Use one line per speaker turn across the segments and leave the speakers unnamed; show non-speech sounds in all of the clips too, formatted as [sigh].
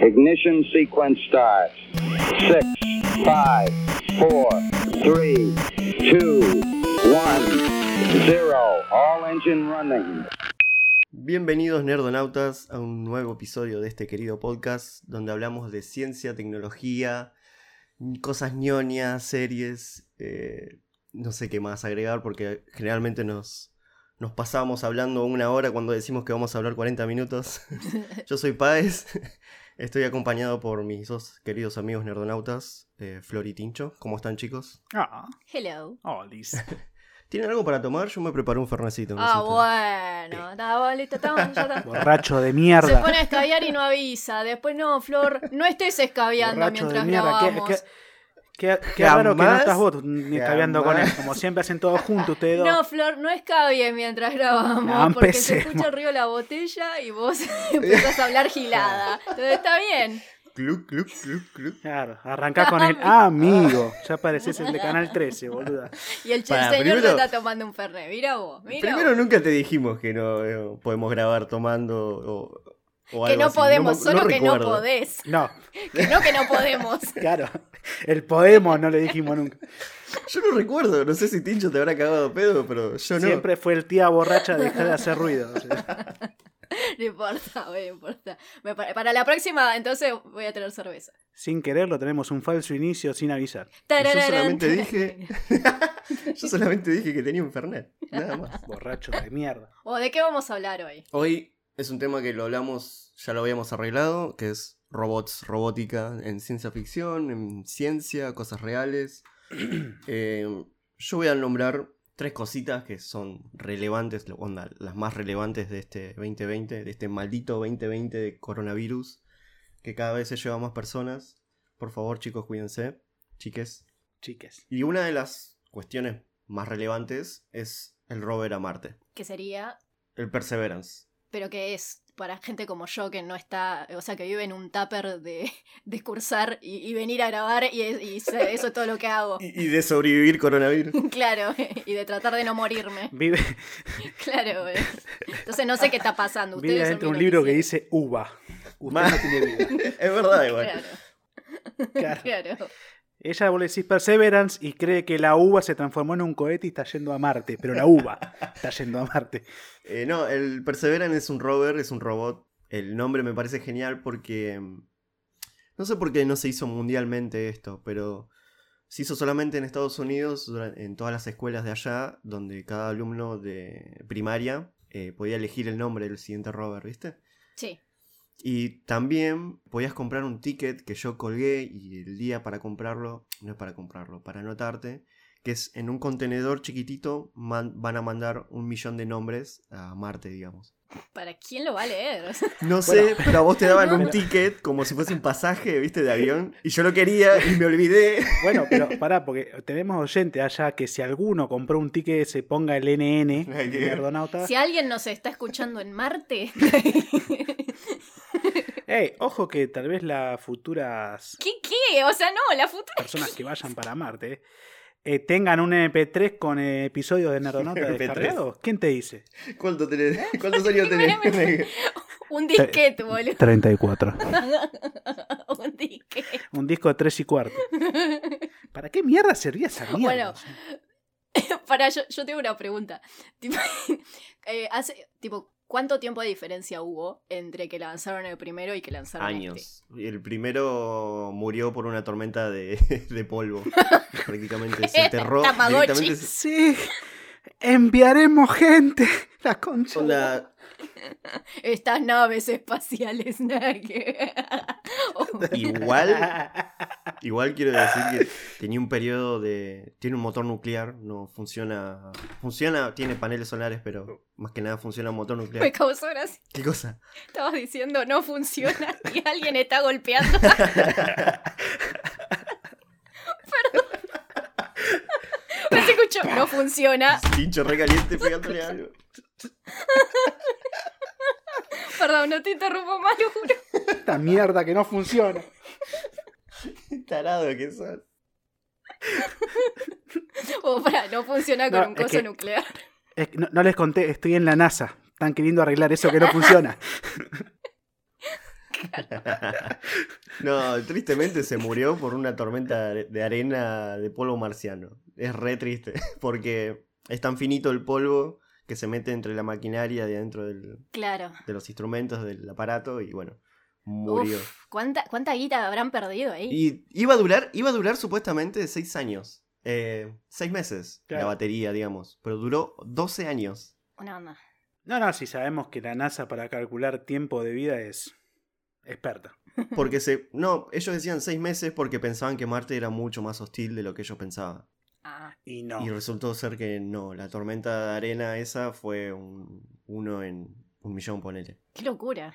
Ignition sequence start. Six, five, four, three, two, one, zero. All engine running.
Bienvenidos nerdonautas a un nuevo episodio de este querido podcast donde hablamos de ciencia, tecnología, cosas ñoñas, series, eh, no sé qué más agregar porque generalmente nos, nos pasamos hablando una hora cuando decimos que vamos a hablar 40
[laughs]
minutos. Yo soy Páez, [laughs] estoy acompañado por mis dos queridos amigos nerdonautas, eh, Flor y Tincho. ¿Cómo están chicos?
Ah,
Hello.
oh, Liz.
¿Tienen algo para tomar? Yo me preparé un fernecito. no sé
Ah,
ustedes.
bueno. Está, bueno, listo, estamos, ya está.
[laughs] Borracho de
Se
mierda.
pone a escabiar y no avisa. Después, no, Flor, no estés escabeando
Borracho de
mientras
mierda. Qué,
grabamos.
qué- qué- qué raro que no
Jamás,
estás vos ni escabeando con él.
jamás.
Como siempre hacen todos juntos ustedes dos.
No, Flor, no escabies mientras grabamos.
No,
porque se
empecemos.
escucha el río de la botella y vos [laughs] empezás a hablar gilada. Entonces, está bien.
Cluc, cluc, cluc, cluc.
Claro, arrancás con
[laughs]
el
Ah,
amigo. Ya pareces el de Canal 13, boluda.
Y el, ch-
Pará,
señor
primero-
está tomando un fernet. Mira vos, mira.
Primero
vos.
nunca te dijimos que no eh, podemos grabar tomando o, o
que
algo
no
así.
podemos,
me-
solo que no
recuerdo.
podés.
No,
Que no, que no podemos. [laughs]
claro. El Podemos no le dijimos nunca.
Yo no recuerdo, no sé si Tincho te habrá cagado de pedo, pero yo no.
Siempre fue el tía borracha de dejar de hacer ruido. o sea.
No importa, no importa. Me pa- Para la próxima, entonces voy a tener cerveza.
sin quererlo tenemos un falso inicio sin avisar.
Yo
Tarararán,
solamente
tararán.
dije. yo solamente dije que tenía un Fernet. Nada más.
Borracho de mierda.
¿O de qué vamos a hablar hoy?
Hoy es un tema que lo hablamos, ya lo habíamos arreglado, que es robots, robótica en ciencia ficción, en ciencia, cosas reales. Eh, yo voy a nombrar tres cositas que son relevantes, lo- onda, las más relevantes de este 2020, de este maldito 2020 de coronavirus, que cada vez se lleva a más personas. Por favor, chicos, cuídense, chiques.
Chiques.
Y una de las cuestiones más relevantes es el rover a Marte,
Que sería,
el Perseverance.
pero que es para gente como yo que no está, o sea, que vive en un tupper de, [laughs] de cursar y, y venir a grabar y, es- y se- eso es todo lo que hago.
Y, y de sobrevivir coronavirus. [laughs]
Claro, [laughs] y de tratar de
[laughs]
no morirme.
Vive,
Claro. eh. Entonces no sé qué está pasando. Ustedes
vive
son
dentro de un
mis
libro que
noticieros.
dice uva. Usted
Ma-
no tiene vida.
[laughs] es verdad, igual.
Claro.
Claro, claro.
Ella vos le decís Perseverance y cree que la uva se transformó en un cohete y está yendo a Marte, pero la uva está yendo a Marte.
Eh, no, el Perseverance es un rover, es un robot. El nombre me parece genial porque. mm, No sé por qué no se hizo mundialmente esto, pero se hizo solamente en Estados Unidos, dura- en todas las escuelas de allá, donde cada alumno de primaria eh, podía elegir el nombre del siguiente rover, ¿viste?
Sí.
Y también podías comprar un ticket que yo colgué y el día para comprarlo, no es para comprarlo, para anotarte, que es en un contenedor chiquitito man- van a mandar un millón de nombres a Marte, digamos.
¿Para quién lo va a leer? O sea,
No sé, pero a vos te daban un
Pero-
ticket como si fuese un pasaje, viste, de avión, y yo lo quería y me olvidé.
Bueno, pero pará, porque tenemos oyentes allá que si alguno compró un ticket se ponga el NN,
Ay, qué-
Nerdonauta.
Si alguien nos está escuchando en Marte, [laughs]
Ey, ojo que tal vez las futuras
¿qué qué? O sea, no, la futura.
personas que vayan para Marte eh, eh, tengan un MP3 con eh, episodios de Nerdonauta
MP3.
descargados. ¿Quién te dice?
¿Cuánto tenés? ¿Cuántos años tenés?
Un disquete, boludo. [laughs]
34.
Un disquete.
Un disco de 3 y cuarto. ¿Para qué mierda servía esa mierda?
Bueno, Para, yo, yo tengo una pregunta. [laughs] Tipo, eh, hace, tipo, ¿cuánto tiempo de diferencia hubo entre que lanzaron el primero y que lanzaron este?
Años. Y El primero murió por una tormenta de, [laughs] de polvo. Prácticamente se aterró.
Tamagotchi.
directamente se-
Sí, enviaremos gente. La concha.
Onda,
Estas naves espaciales, [laughs] nada que ver.
Igual,
[laughs]
igual quiero decir que tenía un periodo de. Tiene un motor nuclear, no funciona. Funciona, tiene paneles solares, pero más que nada funciona un motor
Oh,
[laughs]
Me
nuclear.
causó gracia.
¿Qué cosa?
Estabas diciendo
[laughs]
no funciona y alguien está golpeando. Perdón. Se escuchó, no funciona.
Pincho recaliente pegándole algo.
Perdón, no te interrumpo más, lo juro.
Esta mierda que no funciona.
Qué Tarado que son.
O para, Oh, no funciona con
No,
un
es
coso
que-
nuclear.
Es que no, no les conté, estoy en la NASA. Están queriendo arreglar eso que no funciona.
No, tristemente se murió por una tormenta de arena de polvo marciano. Es re triste, [laughs] porque es tan finito el polvo que se mete entre la maquinaria de adentro del,
Claro.
de los instrumentos del aparato y bueno,
Uf,
murió.
¿cuánta, ¿Cuánta guita habrán perdido ahí?
Y iba a durar, iba a durar supuestamente seis años. Eh, seis meses
Claro.
la batería, digamos. Pero duró 12 años.
Una onda.
No, no, si sabemos que la NASA para calcular tiempo de vida es experta.
Porque se. No, ellos decían seis meses porque pensaban que Marte era mucho más hostil de lo que ellos pensaban.
Ah,
Y no.
Y resultó ser que no. La tormenta de arena esa fue un, uno en un millón, ponele.
qué locura.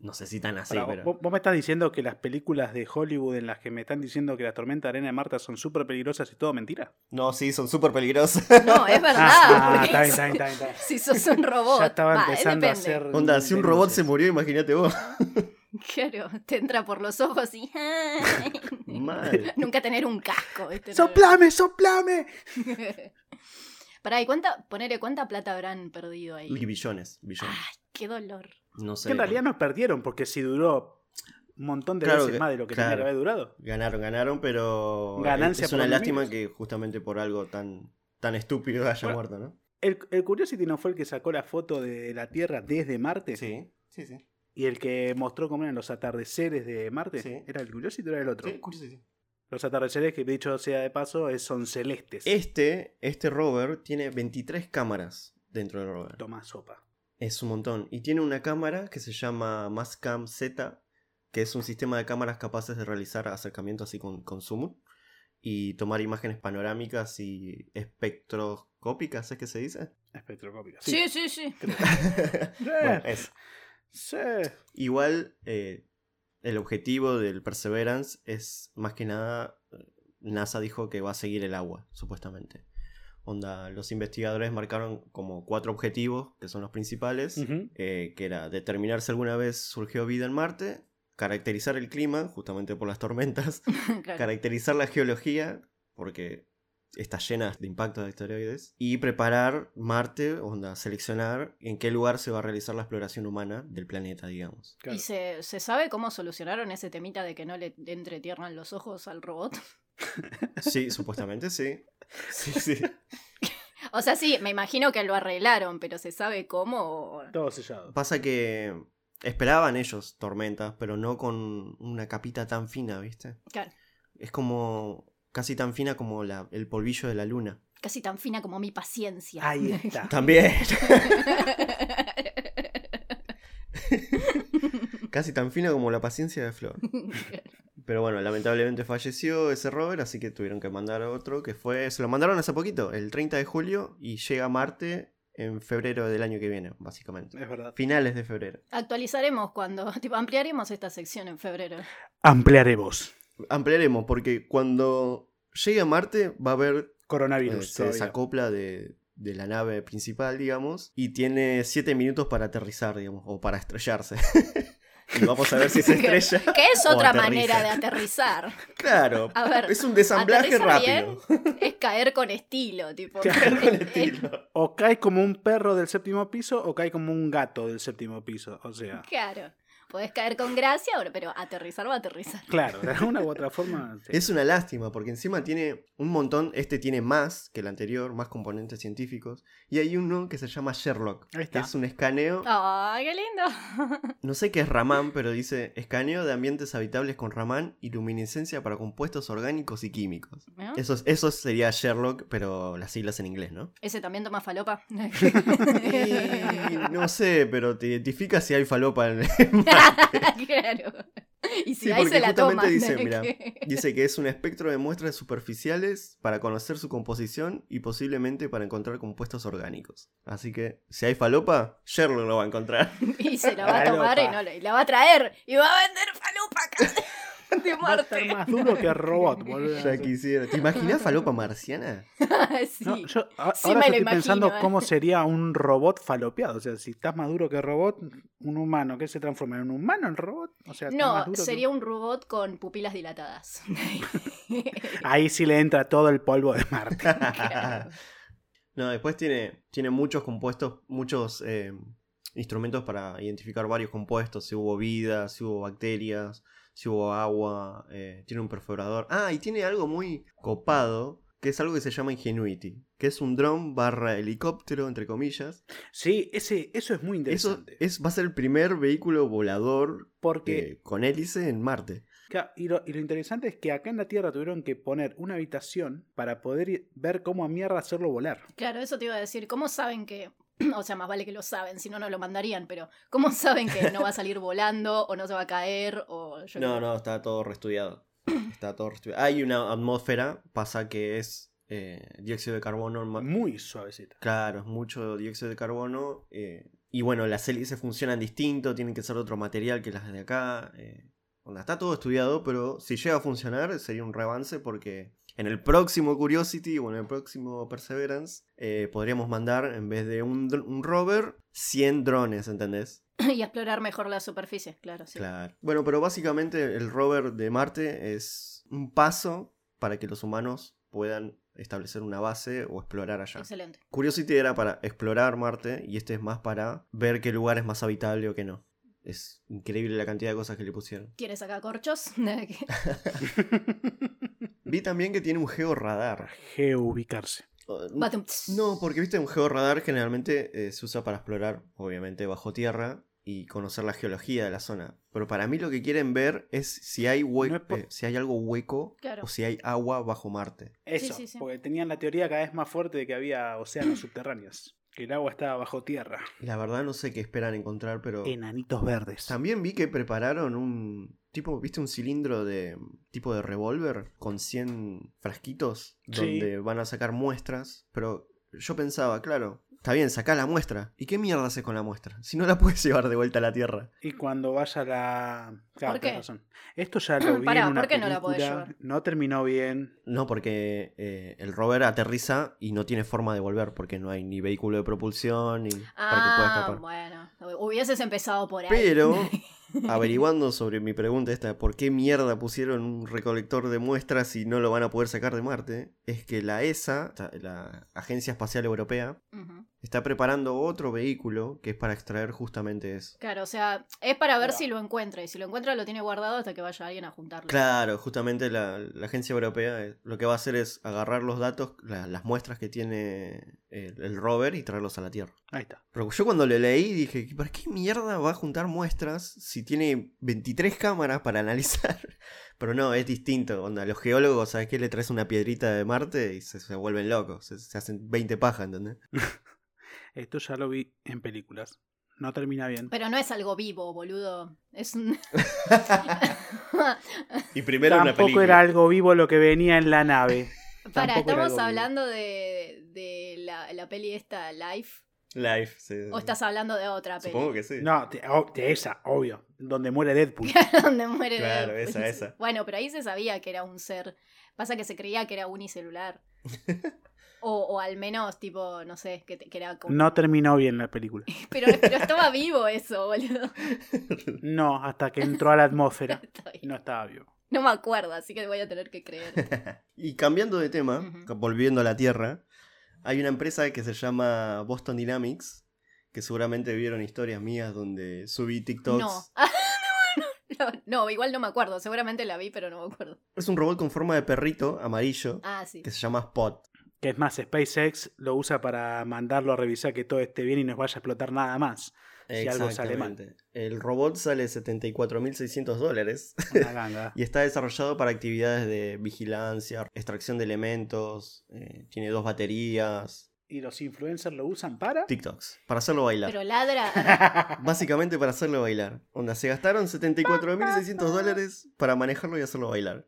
No sé si tan así,
Pará,
pero.
¿vo- ¿Vos me estás diciendo que las películas de Hollywood en las que me están diciendo que las tormentas de arena de Marta son súper peligrosas y todo mentira?
No, sí, son súper peligrosas.
[laughs]
No, es verdad.
Ah, ah,
porque
está bien, está
[laughs]
bien, está bien, está bien.
Si sos un robot.
Ya estaba
Va,
empezando a
depende.
hacer.
Onda, si un robot se murió, imagínate vos.
Claro, te entra por los ojos y. [laughs]
Mal.
Nunca tener un casco. ¿viste?
¡Soplame, soplame!
[laughs] Pará, ¿y cuánta, ponele, cuánta plata habrán perdido ahí?
Y billones, billones.
Ay, qué dolor.
No sé.
Que en realidad no perdieron porque si duró un montón de
Claro
veces
que-
más de lo que
claro.
tenía que haber durado.
Ganaron, ganaron, pero
Ganancia
es
por
una
los
lástima
dominios.
que justamente por algo tan, tan estúpido haya
Bueno.
muerto, ¿no?
El, el Curiosity no fue el que sacó la foto de la Tierra desde Marte
Sí, sí, sí.
y el que mostró cómo eran los atardeceres de Marte.
Sí.
¿Era el Curiosity o era el otro?
Sí, Curiosity.
Los atardeceres que, dicho sea de paso, es- son celestes.
Este, este rover tiene 23 cámaras dentro del rover.
Toma sopa.
Es un montón. Y tiene una cámara que se llama Mascam Z, que es un sistema de cámaras capaces de realizar acercamientos así con, con zoom y tomar imágenes panorámicas y espectroscópicas, ¿es que se
[laughs]
dice?
Espectroscópica.
Sí, sí, sí. [laughs]
bueno, eso.
Sí.
Igual eh, el objetivo del Perseverance es más que nada, eh, NASA dijo que va a seguir el agua, supuestamente. Onda, los investigadores marcaron como cuatro objetivos, que son los principales,
Ujú.
eh, que era determinar si alguna vez surgió vida en Marte, caracterizar el clima, justamente por las tormentas,
Claro.
caracterizar la geología, porque está llena de impactos de asteroides, y preparar Marte, onda, seleccionar en qué lugar se va a realizar la exploración humana del planeta, digamos.
Claro.
¿Y se, se sabe cómo solucionaron ese temita de que no le entretierran los ojos al robot? [laughs]
Sí, supuestamente sí. Sí, sí.
O sea, sí, me imagino que lo arreglaron, pero ¿se sabe cómo? o-
Todo sellado.
Pasa que esperaban ellos tormentas, pero no con una capita tan fina, ¿viste?
Claro,
Es como casi tan fina como la- el polvillo de la luna.
casi tan fina como mi paciencia. [laughs]
Ahí
[laughs]
está.
También. Casi tan fina como la paciencia de Flor. Pero bueno, lamentablemente falleció ese rover, así que tuvieron que mandar otro, que fue... Se lo mandaron hace poquito, el 30 de julio, y llega a Marte en febrero del año que viene, básicamente.
Es verdad.
Finales de febrero.
Actualizaremos cuando, tipo, ampliaremos esta sección en febrero.
Ampliaremos.
Ampliaremos, porque cuando llegue a Marte va a haber... eh,
Coronavirus.
se
todavía.
desacopla de, de la nave principal, digamos, y tiene 7 minutos para aterrizar, digamos, o para estrellarse. [laughs] y vamos a ver
[laughs]
si se estrella.
Que es
O
otra
aterriza.
manera de aterrizar.
Claro.
A ver,
Es un desamblaje
aterriza
rápido.
es caer con estilo, tipo.
Caer
[laughs]
[laughs]
Con estilo.
O cae como un perro del séptimo piso o cae como un gato del séptimo piso. O sea,
Claro. Podés caer con gracia, pero aterrizar va a aterrizar.
claro, de alguna u otra forma.
[laughs]
sí.
Es una lástima, porque encima tiene un montón, este tiene más que el anterior, más componentes científicos, y hay uno que se llama Sherlock,
Ahí
que
está.
es un escaneo,
Ah. ¡Ay, qué lindo!
no sé qué es Raman, pero dice escaneo de ambientes habitables con Raman y luminiscencia para compuestos orgánicos y químicos.
¿No?
Eso, es- eso sería Sherlock, pero las siglas en inglés, ¿no?
Ese también toma falopa.
Y no sé, pero te identifica si hay falopa [laughs] en
[laughs] claro. Y si
Sí,
ahí
porque
se la
justamente
toma.
dice, mira,
[laughs]
Dice que es un espectro de muestras superficiales para conocer su composición y posiblemente para encontrar compuestos orgánicos. Así que, si hay falopa, Sherlock lo va a encontrar. [laughs]
[laughs] Y se la va a
Falopa.
tomar y, no la, y la va a traer. Y va a vender falopa acá. [laughs] De
Va a estar
muerte. [laughs]
más duro que robot, boludo.
Ya quisiera. ¿Te imaginas falopa marciana?
Ah, sí.
No, yo, a-
Sí
ahora
me
yo
lo
estoy pensando
imagino, eh. [laughs]
cómo sería un robot falopeado. O sea, si estás más duro que robot, un humano, ¿qué se transforma? ¿En un humano el robot? O sea, está más
No,
duro que-
sería un robot con pupilas dilatadas. [laughs]
Ahí sí le entra todo el polvo de Marte.
[laughs] no, después tiene, tiene muchos compuestos, muchos eh, instrumentos para identificar varios compuestos, si hubo vida, si hubo bacterias, si hubo agua, eh, tiene un perforador. Ah, y tiene algo muy copado, que es algo que se llama Ingenuity, que es un dron barra helicóptero, entre comillas.
Sí, ese, eso es muy
Eso
interesante.
es, va a ser el primer vehículo volador
porque,
eh, con hélice en Marte.
claro, y, lo, y lo interesante es que acá en la Tierra tuvieron que poner una habitación para poder ir- ver cómo a mierda hacerlo volar.
Claro, eso te iba a decir. ¿Cómo saben que.? [clears throat] O sea, más vale que lo saben, si no, no lo mandarían, pero ¿cómo saben que no va a salir volando o no se va a caer o yo qué
No, no, está todo reestudiado. Está todo reestudiado. Hay una atmósfera, pasa que es eh, dióxido de carbono. ma-
Muy [laughs] suavecita.
Claro, es mucho dióxido de carbono. eh, y bueno, las hélices funcionan distinto, tienen que ser de otro material que las de acá. eh, onda, está todo estudiado, pero si llega a funcionar sería un reavance porque en el próximo Curiosity o en el próximo Perseverance eh, podríamos mandar, en vez de un, dr- un rover, 100 drones, ¿entendés?
sé? [clears throat] Y explorar mejor la superficie, claro, sí.
Claro. Bueno, pero básicamente el rover de Marte es un paso para que los humanos puedan establecer una base o explorar allá.
Excelente.
Curiosity era para explorar Marte y este es más para ver qué lugar es más habitable o qué no. Es increíble la cantidad de cosas que le pusieron.
¿Quieres acá corchos? [laughs]
Vi también que tiene un georradar.
Geubicarse.
Oh,
Batum.
No, porque viste, un georradar generalmente eh, se usa para explorar, obviamente, bajo tierra y conocer la geología de la zona. Pero para mí lo que quieren ver es si hay, hue-
No es por-
eh, si hay algo hueco
Claro.
o si hay agua bajo Marte.
Eso,
sí, sí.
porque tenían la teoría cada vez más fuerte de que había océanos subterráneos. Que el agua estaba bajo tierra.
La verdad no sé qué esperan encontrar, pero...
Enanitos verdes.
También vi que prepararon un tipo, ¿viste un cilindro de tipo de revólver con 100 frasquitos
Sí.
donde van a sacar muestras? Pero yo pensaba, claro, está bien, sacá la muestra. ¿Y qué mierda haces con la muestra? Si no la [laughs] puedes llevar de vuelta a la Tierra.
Y cuando vaya la... Claro,
¿Por
tenés
qué?
razón. Esto ya lo
[clears throat]
vi
Pará,
en una
¿por qué no la podés
película,
llevar?
No terminó bien.
No, porque eh, el rover aterriza y no tiene forma de volver porque no hay ni vehículo de propulsión ni para que pueda
Ah,
escapar.
bueno. Hubieses empezado por ahí.
Pero, averiguando sobre mi pregunta esta, ¿por qué mierda pusieron un recolector de muestras y no lo van a poder sacar de Marte? Es que la ESA, ta- la Agencia Espacial Europea,
Ujú.
está preparando otro vehículo que es para extraer justamente eso.
Claro, o sea, es para ver
Claro.
si lo encuentra y si lo encuentra lo tiene guardado hasta que vaya alguien a juntarlo.
Claro, justamente la, la agencia europea eh, lo que va a hacer es agarrar los datos, la- las muestras que tiene eh, el- el rover y traerlos a la Tierra.
Ahí está.
Pero yo cuando lo leí dije, ¿para qué mierda va a juntar muestras si tiene 23 cámaras para [laughs] analizar? Pero no, es distinto. Onda, los geólogos, ¿sabes qué? Le traes una piedrita de Marte y se, se vuelven locos. Se, se hacen 20 pajas, ¿entendés?
Esto ya lo vi en películas. No termina bien.
Pero no es algo vivo, boludo. Es un... [laughs]
y primero
Tampoco era algo vivo lo que venía en la
[laughs]
nave. [laughs]
Para,
Tampoco era
estamos
algo
hablando de, de la, la peli esta, Life.
Live, sí.
¿O estás hablando de otra peli?
Eh. Supongo que sí.
No, de, o- de esa, obvio. Donde muere Deadpool.
[laughs] Donde muere
Claro,
Deadpool.
esa, esa.
Bueno, pero ahí se sabía que era un ser. Pasa que se creía que
[laughs]
era unicelular. o, o al menos, tipo, no sé, que, te- que era como.
No terminó bien la
[laughs]
película.
Pero, pero estaba vivo
[laughs]
eso, boludo.
No, hasta que entró a la
[laughs]
atmósfera.
Está bien.
Y no estaba vivo.
No me acuerdo, así que voy a tener que creer.
Y cambiando de tema,
Ujú.
volviendo a la Tierra, hay una empresa que se llama Boston Dynamics, que seguramente vieron historias mías donde subí TikToks.
No. [laughs] no. no, igual no me acuerdo. Seguramente la vi, pero no me acuerdo.
Es un robot con forma de perrito amarillo
Ah, sí.
que se llama Spot.
Que es más, SpaceX lo usa para mandarlo a revisar que todo esté bien y no vaya a explotar nada más. Si algo sale mal.
Exactamente. El robot sale 74.600 dólares
Una ganga.
y está desarrollado para actividades de vigilancia, extracción de elementos, eh, tiene dos baterías,
[laughs] ¿Y los influencers lo usan para?
TikToks, para hacerlo bailar. [laughs]
Pero ladra.
Básicamente para hacerlo bailar. Onda, se gastaron 74.600 dólares para manejarlo y hacerlo bailar.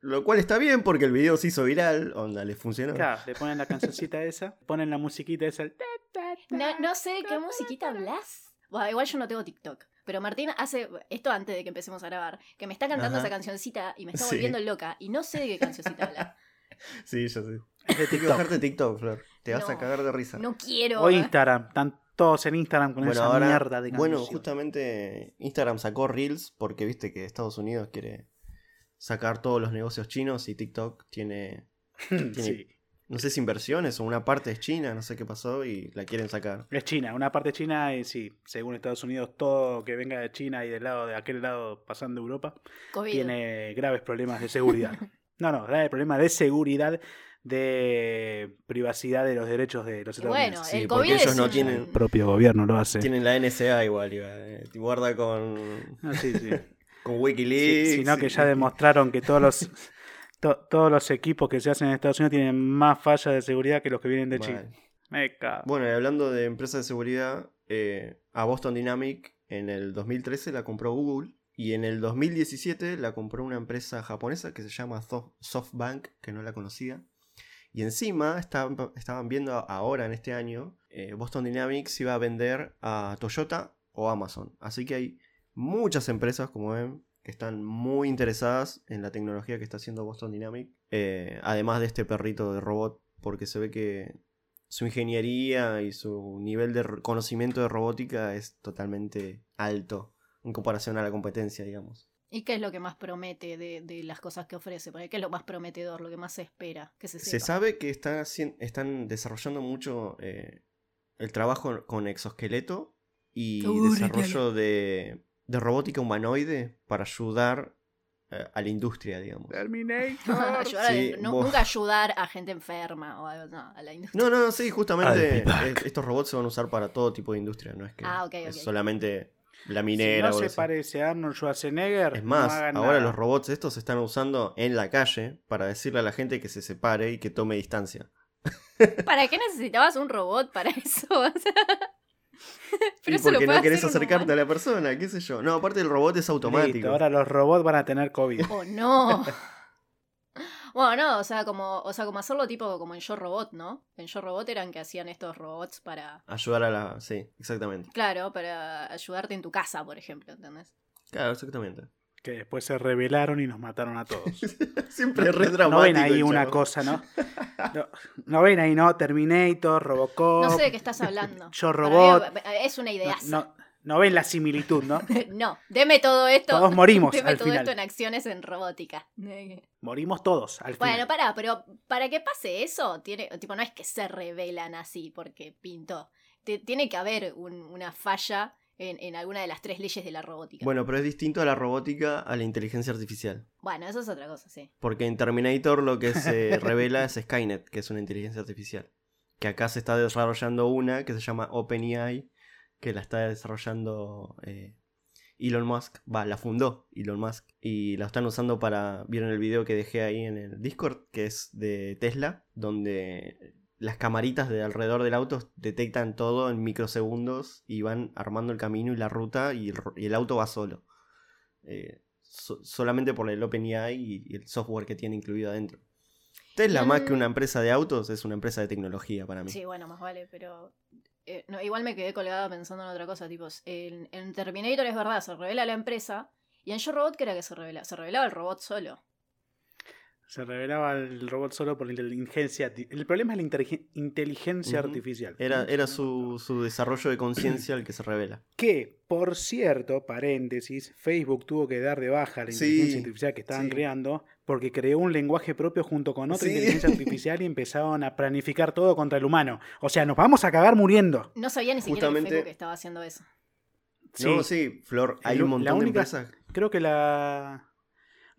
Lo cual está bien porque el video se hizo viral, onda, les funcionó.
Claro, le ponen la cancioncita esa, ponen la musiquita esa. el ta, ta, ta.
No, no sé de qué musiquita hablas. Bueno, igual yo no tengo TikTok. Pero Martín hace esto antes de que empecemos a grabar, que me está cantando
Ajá.
esa cancioncita y me está
Sí.
volviendo loca y no sé de qué
[laughs]
cancioncita habla.
Sí, yo sé.
Es de
Tienes que
TikTok.
bajarte TikTok, Flor. Te vas a
No.
cagar de risa.
No quiero.
O Instagram. Están todos en Instagram con esa mierda de
bueno,
canción.
justamente Instagram sacó Reels porque viste que Estados Unidos
[clears throat]
quiere sacar todos los negocios chinos y TikTok tiene, tiene
Sí.
No sé si inversiones o una parte es China, no sé qué pasó y la quieren sacar.
Es China, una parte china y sí, según Estados Unidos, todo que venga de China y del lado de aquel lado pasando Europa
COVID.
tiene graves problemas de seguridad. No, no, graves problemas de seguridad, de privacidad de los derechos de los estadounidenses.
Bueno,
Sí,
el
porque
COVID
ellos
es
no
un-
tienen-
El propio gobierno lo hace.
Tienen la NSA igual, iba, eh, guarda con,
Ah, sí,
[laughs]
sí.
con
Sí,
Wikileaks.
sino que ya demostraron que todos los to- todos los equipos que se hacen en Estados Unidos tienen más fallas de seguridad que los que vienen de
Mal.
China. Me cago.
Bueno, y hablando de empresas de seguridad, eh, a Boston Dynamic en el 2013 la compró Google y en el 2017 la compró una empresa japonesa que se llama Zo- SoftBank, que no la conocía. Y encima estaban, estaban viendo ahora en este año, eh, Boston Dynamics iba a vender a Toyota o Amazon. Así que hay muchas empresas, como ven, que están muy interesadas en la tecnología que está haciendo Boston Dynamic. Eh, además de este perrito de robot, porque se ve que su ingeniería y su nivel de ro- conocimiento de robótica es totalmente alto en comparación a la competencia, digamos.
¿Y qué es lo que más promete de, de las cosas que ofrece? Porque ¿Qué es lo más prometedor, lo que más se espera? Que se
Se
sepa?
sabe que están, hacien- están desarrollando mucho eh, el trabajo con exoesqueleto y
Uy,
desarrollo de, de robótica humanoide para ayudar eh, a la industria, digamos.
Terminator.
[laughs] Ayudar a-
Sí,
no-
vos-
Nunca ayudar a gente enferma o algo, no, a la
No,
industria.
no, sí, justamente
I'll be back.
es- estos robots se van a usar para todo tipo de industria, no es que
Ah, ok,
es
ok.
solamente la
Si
minera
no
o
se
algo así.
parece a Arnold Schwarzenegger,
Es más,
no hagan
ahora
nada.
los robots estos se están usando en la calle para decirle a la gente que se separe y que tome distancia.
¿Para qué necesitabas un robot para eso? [laughs] O
y
sea, eso lo
porque
puede
no querés
hacer un
acercarte
humano.
a la persona, qué sé yo. No, aparte el robot es automático.
Listo, ahora los robots van a tener COVID.
Oh, no. [laughs] Bueno, no, o sea, como, o sea, como hacerlo tipo como en Yo Robot, ¿no? En Yo Robot eran que hacían estos robots para,
Ayudar a la... Sí, exactamente.
claro, para ayudarte en tu casa, por ejemplo, ¿entendés?
Claro, exactamente. [laughs]
Que después se rebelaron y nos mataron a todos.
Siempre es re
[laughs] no
dramático.
ven ahí
el
una
chabón.
cosa, [laughs] ¿no? ¿no? no ven ahí, ¿no? Terminator, Robocop.
No sé de qué estás
[laughs]
hablando.
Yo
Para mí,
Oh. Robot.
Es una idea.
No, no- no ven la similitud,
[laughs]
¿no?
No, deme todo esto.
[laughs] Todos
[laughs]
morimos
deme
al
todo
final.
esto en acciones en robótica.
Morimos todos al
Bueno,
final.
pará, pero para que pase eso, tiene, tipo, no es que se revelan así porque pintó. Te- tiene que haber un- una falla en, en alguna de las tres leyes de la robótica.
Bueno, pero es distinto a la robótica a la inteligencia artificial.
Bueno, eso es otra cosa, sí.
Porque en Terminator lo que
[laughs]
se revela es Skynet, que es una inteligencia artificial. Que acá se está desarrollando una que se llama OpenAI, que la está desarrollando eh, Elon Musk. Va, la fundó Elon Musk. Y la están usando para. Vieron el video que dejé ahí en el Discord, que es de Tesla, donde las camaritas de alrededor del auto detectan todo en microsegundos y van armando el camino y la ruta y el, ro- y el auto va solo. Eh, so- solamente por el OpenAI y, y el software que tiene incluido adentro. Tesla,
Mm.
más que una empresa de autos, es una empresa de tecnología para mí.
Sí, bueno, más vale, pero. eh, no, igual me quedé colgada pensando en otra cosa, tipo, en, en Terminator es verdad, se revela la empresa. Y en Yo Robot, ¿qué era que se revela? Se revelaba el robot solo.
Se revelaba el robot solo por la inteligencia. arti- El problema es la interge- inteligencia
Ujú.
artificial.
Era, era su, su desarrollo de conciencia el que se revela.
Que, por cierto, paréntesis, Facebook tuvo que dar de baja la
Sí,
inteligencia artificial que estaban
sí.
creando porque creó un lenguaje propio junto con otra
Sí. [laughs]
inteligencia artificial y empezaron a planificar todo contra el humano. O sea, nos vamos a cagar muriendo.
No sabía ni siquiera
Justamente-
que Facebook estaba haciendo eso.
Sí.
No, sí, Flor, hay
Lo-
un
la
montón de
única-
empresas.
Creo que la...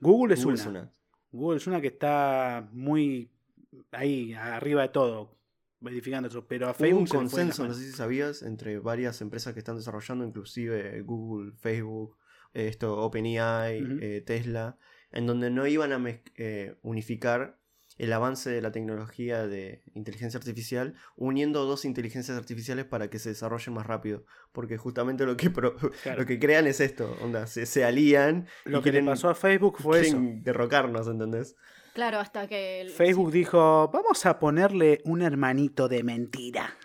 Google es
Google
una. Google es una que está muy ahí, arriba de todo, verificando eso. Pero a
Hubo
Facebook
un
se le fue de las
consenso, no
manos.
sé si sabías, entre varias empresas que están desarrollando, inclusive Google, Facebook, eh, esto, OpenAI,
Ujú.
eh, Tesla, en donde no iban a mez- eh, unificar el avance de la tecnología de inteligencia artificial, uniendo dos inteligencias artificiales para que se desarrollen más rápido. Porque justamente lo que, pro-
Claro.
lo que crean es esto, onda, se, se alían,
Lo
y
que le
quieren-
pasó a Facebook fue eso.
quieren derrocarnos, ¿entendés?
Claro, hasta que. el- [laughs]
Facebook dijo, vamos a ponerle un hermanito de mentira.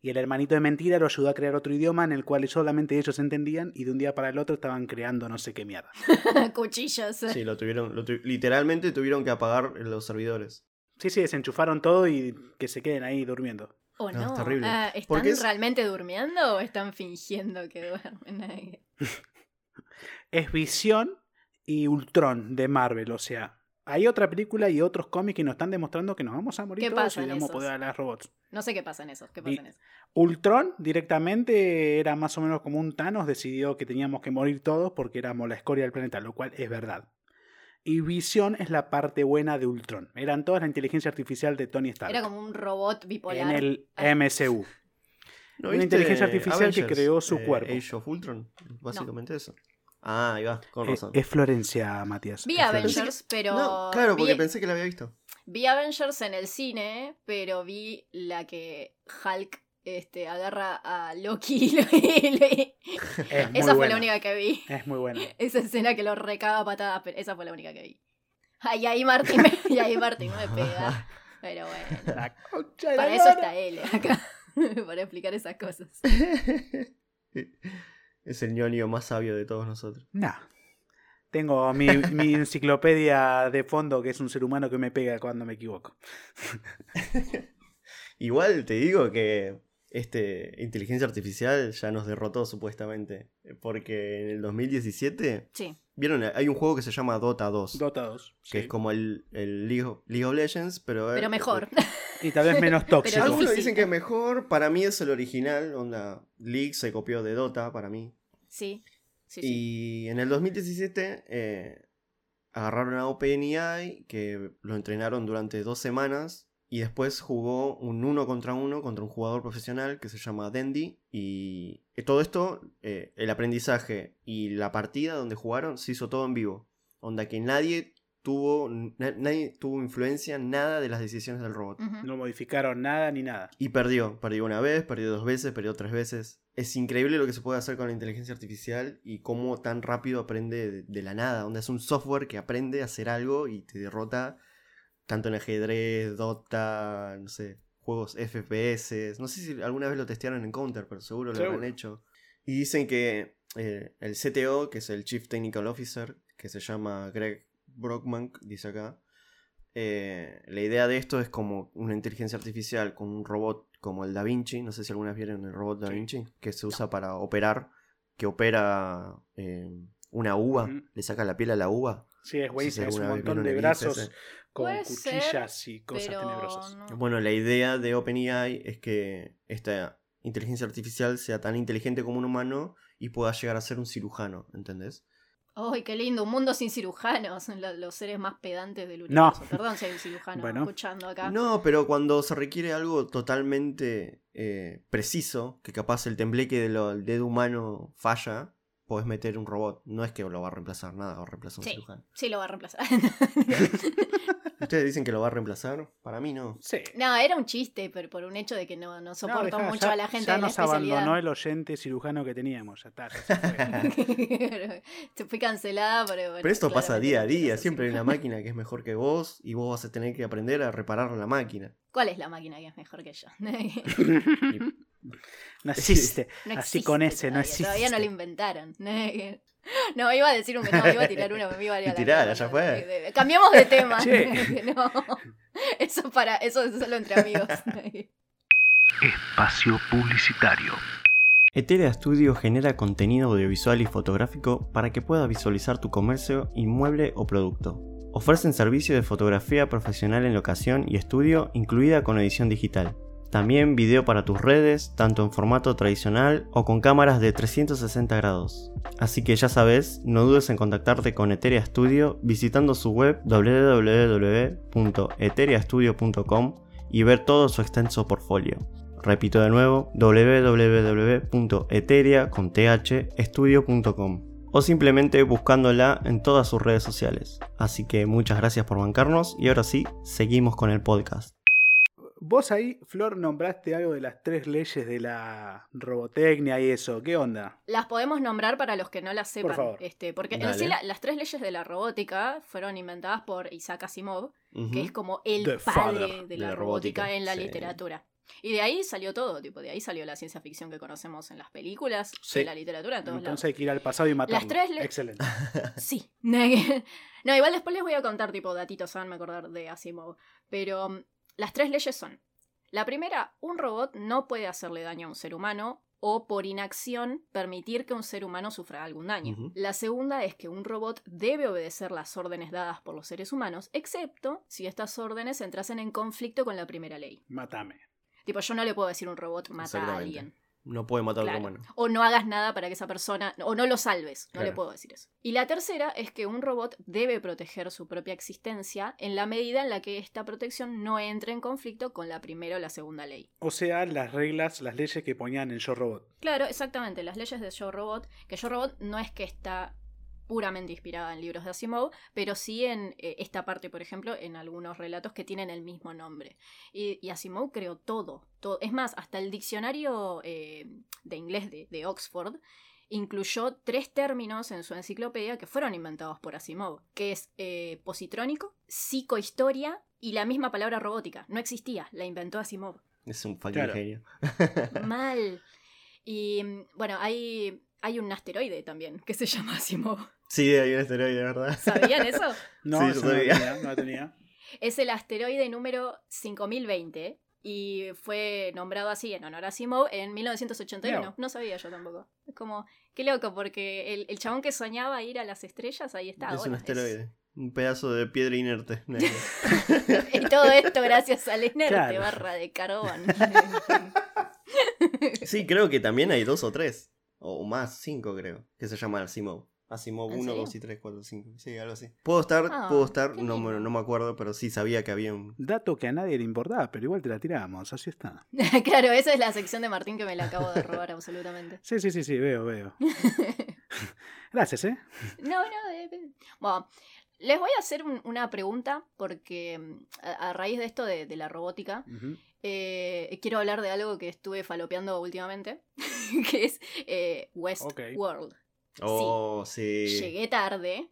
Y el hermanito de mentira lo ayudó a crear otro idioma en el cual solamente ellos entendían y de un día para el otro estaban creando no sé qué mierda.
Cuchillos.
Sí, lo tuvieron, lo tu- literalmente tuvieron que apagar los servidores.
Sí, sí, desenchufaron todo y que se queden ahí durmiendo.
¿O
No, es
no?
terrible.
Ah, ¿Están
Porque es-
realmente durmiendo o están fingiendo que duermen?
Es Visión y Ultron de Marvel, o sea, hay otra película y otros cómics que nos están demostrando que nos vamos a morir
¿Qué
todos
pasa
y
en
le vamos a
esos?
poder hablar a los robots.
No sé qué pasa en eso. ¿Qué
Vi-
pasa en eso?
Ultron directamente era más o menos como un Thanos, decidió que teníamos que morir todos porque éramos la escoria del planeta, lo cual es verdad. Y Visión es la parte buena de Ultron. Eran todas la inteligencia artificial de Tony Stark
Era como un robot
en
bipolar.
el
Ah.
MCU.
¿No
Una
viste eh,
inteligencia artificial que creó su cuerpo.
Age of Ultron, básicamente eso. Ah, ahí va, con
Eh,
razón.
es Florencia, Matías.
Vi
es Florencia.
[laughs]
Avengers, pero.
No, claro, porque
vi,
pensé que la había visto.
vi Avengers en el cine, pero vi la que Hulk este, agarra a Loki. y lo- [laughs] y le-
Es muy
Esa fue
buena. Eh.
la única que vi.
Es muy
[laughs]
buena.
Esa escena que lo recaga a patadas, pero esa fue la única que vi. Ay, ahí Martín, me- [laughs] y ahí Martín me pega.
[laughs]
Pero bueno,
La concha de la
para eso
lora.
está él acá. [laughs] Para explicar esas cosas.
[laughs] es el ñoño más sabio de todos nosotros.
Nah. Tengo mi, mi enciclopedia de fondo que es un ser humano que me pega cuando me equivoco.
Igual te digo que este inteligencia artificial ya nos derrotó supuestamente. Porque en el 2017,
Sí.
vieron, hay un juego que se llama Dota 2.
Dota 2.
que es como el, el League, of, League of Legends, pero... eh,
Pero mejor. [laughs]
Y tal vez menos tóxico.
Pero
Algunos
difícil.
dicen que es mejor, para mí es el original, onda, League se copió de Dota para mí.
Sí. Sí, sí.
Y en el 2017 eh, agarraron a OpenAI, que lo entrenaron durante dos semanas, y después jugó un uno contra uno contra un jugador profesional que se llama Dendy. Y todo esto, eh, el aprendizaje y la partida donde jugaron, se hizo todo en vivo. Onda que nadie tuvo, na- nadie tuvo influencia en nada de las decisiones del robot.
Ujú.
No modificaron nada ni nada.
Y perdió, perdió una vez, perdió dos veces, perdió tres veces. Es increíble lo que se puede hacer con la inteligencia artificial y cómo tan rápido aprende de, de la nada. Donde es un software que aprende a hacer algo y te derrota tanto en ajedrez, Dota, no sé, juegos FPS. No sé si alguna vez lo testearon en Counter, pero seguro lo
Seguro.
han hecho. Y dicen que eh, el CTO, que es el Chief Technical Officer, que se llama Greg Brockman, dice acá, eh, la idea de esto es como una inteligencia artificial con un robot como el Da Vinci. No sé si algunas vieron el robot Da
Sí.
Vinci, que se usa para operar, que opera eh, una uva,
Ujú.
le saca la piel a la uva.
Sí, es buenísimo.
No sé
Es
si
un
alguna vez
montón de
vieron el GIF
brazos
ese.
con
Puede ser,
cuchillas y cosas
Pero
tenebrosas.
no.
Bueno, la idea de OpenAI es que esta inteligencia artificial sea tan inteligente como un humano y pueda llegar a ser un cirujano, ¿entendés?
Ay, qué lindo, un mundo sin cirujanos, [laughs] lo- los seres más pedantes del
No.
universo. Perdón si hay un cirujano
Bueno.
escuchando acá.
No, pero cuando se requiere algo totalmente eh, preciso, que capaz el tembleque del dedo humano falla, podés meter un robot. No es que lo va a reemplazar nada, va a reemplazar un
Sí.
cirujano.
Sí, lo va a reemplazar. [laughs]
[laughs] ¿Ustedes dicen que lo va a reemplazar? Para mí no.
Sí.
no, era un chiste, pero por un hecho de que no, no
No,
soportó
dejá,
mucho a la gente
ya
de la
nos abandonó
especialidad.
el oyente cirujano que teníamos. Ya está. ya se
[laughs]
fue.
Se fue cancelada, pero bueno,
Pero esto pasa
claramente
día a
no quiero
día,
ser
siempre hay una
cirujano.
máquina que es mejor que vos y vos vas a tener que aprender a reparar la máquina.
¿Cuál es la máquina que es mejor que yo? [laughs]
no
No
existe.
existe
Así con ese, no
todavía,
existe.
Todavía no la inventaron. [laughs] No, iba a decir un no, iba a tirar una, me iba a ir a
Y
la
tirala,
mierda.
ya fue.
Cambiamos de tema. [laughs]
Che.
No. Eso para, eso es solo entre
[laughs]
amigos.
Espacio publicitario.
Eterea Studio genera contenido audiovisual y fotográfico para que puedas visualizar tu comercio, inmueble o producto. Ofrecen servicio de fotografía profesional en locación y estudio, incluida con edición digital. También video para tus redes, tanto en formato tradicional o con cámaras de 360 grados. Así que ya sabes, no dudes en contactarte con Eterea Studio visitando su web www.etereastudio.com y ver todo su extenso portfolio. Repito de nuevo, www.eteria.com o simplemente buscándola en todas sus redes sociales. Así que muchas gracias por bancarnos y ahora sí, seguimos con el podcast.
Vos ahí, Flor, nombraste algo de las tres leyes de la robotecnia y eso. ¿Qué onda?
Las podemos nombrar para los que no las sepan.
favor.
Este, porque en
Dale.
sí la- las tres leyes de la robótica fueron inventadas por Isaac Asimov, que es como el
The
padre
father
de la, robótica, en la literatura. Y de ahí salió todo, tipo, de ahí salió la ciencia ficción que conocemos en las películas,
Sí.
en la literatura, en todos lados.
Entonces hay que ir al pasado y matarlo.
tres le-
Excelente.
Sí. [laughs] no, igual después les voy a contar, tipo, datitos, se van a acordar de Asimov. Pero mm, las tres leyes son: la primera, un robot no puede hacerle daño a un ser humano o por inacción permitir que un ser humano sufra algún daño.
Ujú.
La segunda es que un robot debe obedecer las órdenes dadas por los seres humanos, excepto si estas órdenes entrasen en conflicto con la primera ley.
Matame.
Tipo, yo no le puedo decir a un robot mata a
Exactamente.
alguien.
No puede matar a
Claro.
otro humano.
O no hagas nada para que esa persona, o no lo salves, no
Claro.
le puedo decir eso. Y la tercera es que un robot debe proteger su propia existencia en la medida en la que esta protección no entre en conflicto con la primera o la segunda ley.
O sea, las reglas, las leyes que ponían en Yo Robot.
Claro, exactamente, las leyes de Yo Robot, que Yo Robot no es que está puramente inspirada en libros de Asimov, pero sí en eh, esta parte, por ejemplo, en algunos relatos que tienen el mismo nombre. Y, y Asimov creó todo, todo. Es más, hasta el diccionario eh, de inglés de, de Oxford incluyó tres términos en su enciclopedia que fueron inventados por Asimov, que es eh, positrónico, psicohistoria y la misma palabra robótica. No existía, la inventó Asimov.
Es un fucking
Claro.
genio. [laughs]
Mal. Y mm, bueno, hay, hay un asteroide también que se [laughs] llama Asimov.
Sí, hay un asteroide, ¿verdad? [laughs]
¿Sabían eso?
No,
Sí,
eso
yo
no
sabía.
tenía, no la tenía.
Es el asteroide número 5020 y fue nombrado así en honor a Asimov en 1981.
Miau.
No sabía yo tampoco. Es como, qué loco, porque el, el chabón que soñaba ir a las estrellas, ahí está.
es un
ahora. [laughs]
asteroide. Un pedazo de piedra inerte. negra.
y todo esto
[laughs]
gracias al inerte
Claro.
barra de carbón. [laughs]
sí, creo que también hay dos o tres. O más, cinco creo. Que se llaman Asimov. Asimov
¿En
1,
serio?
2 y 3, 4, 5. Sí, algo así. Puedo estar,
Ah,
puedo estar,
qué
no, me-
lindo.
no me acuerdo, pero sí sabía que había un...
Dato que a nadie le importaba, pero igual te la tiramos, así está.
claro, esa es la sección de Martín que me la acabo de robar absolutamente.
Sí, sí, sí, sí, veo, veo. Gracias, ¿eh?
No, no. eh, eh. Bueno, les voy a hacer un- una pregunta porque mm, a, a raíz de esto de, de la robótica,
Ujú.
eh, quiero hablar de algo que estuve falopeando últimamente, [laughs] que es eh,
Ok.
Westworld.
Oh, sí.
Llegué tarde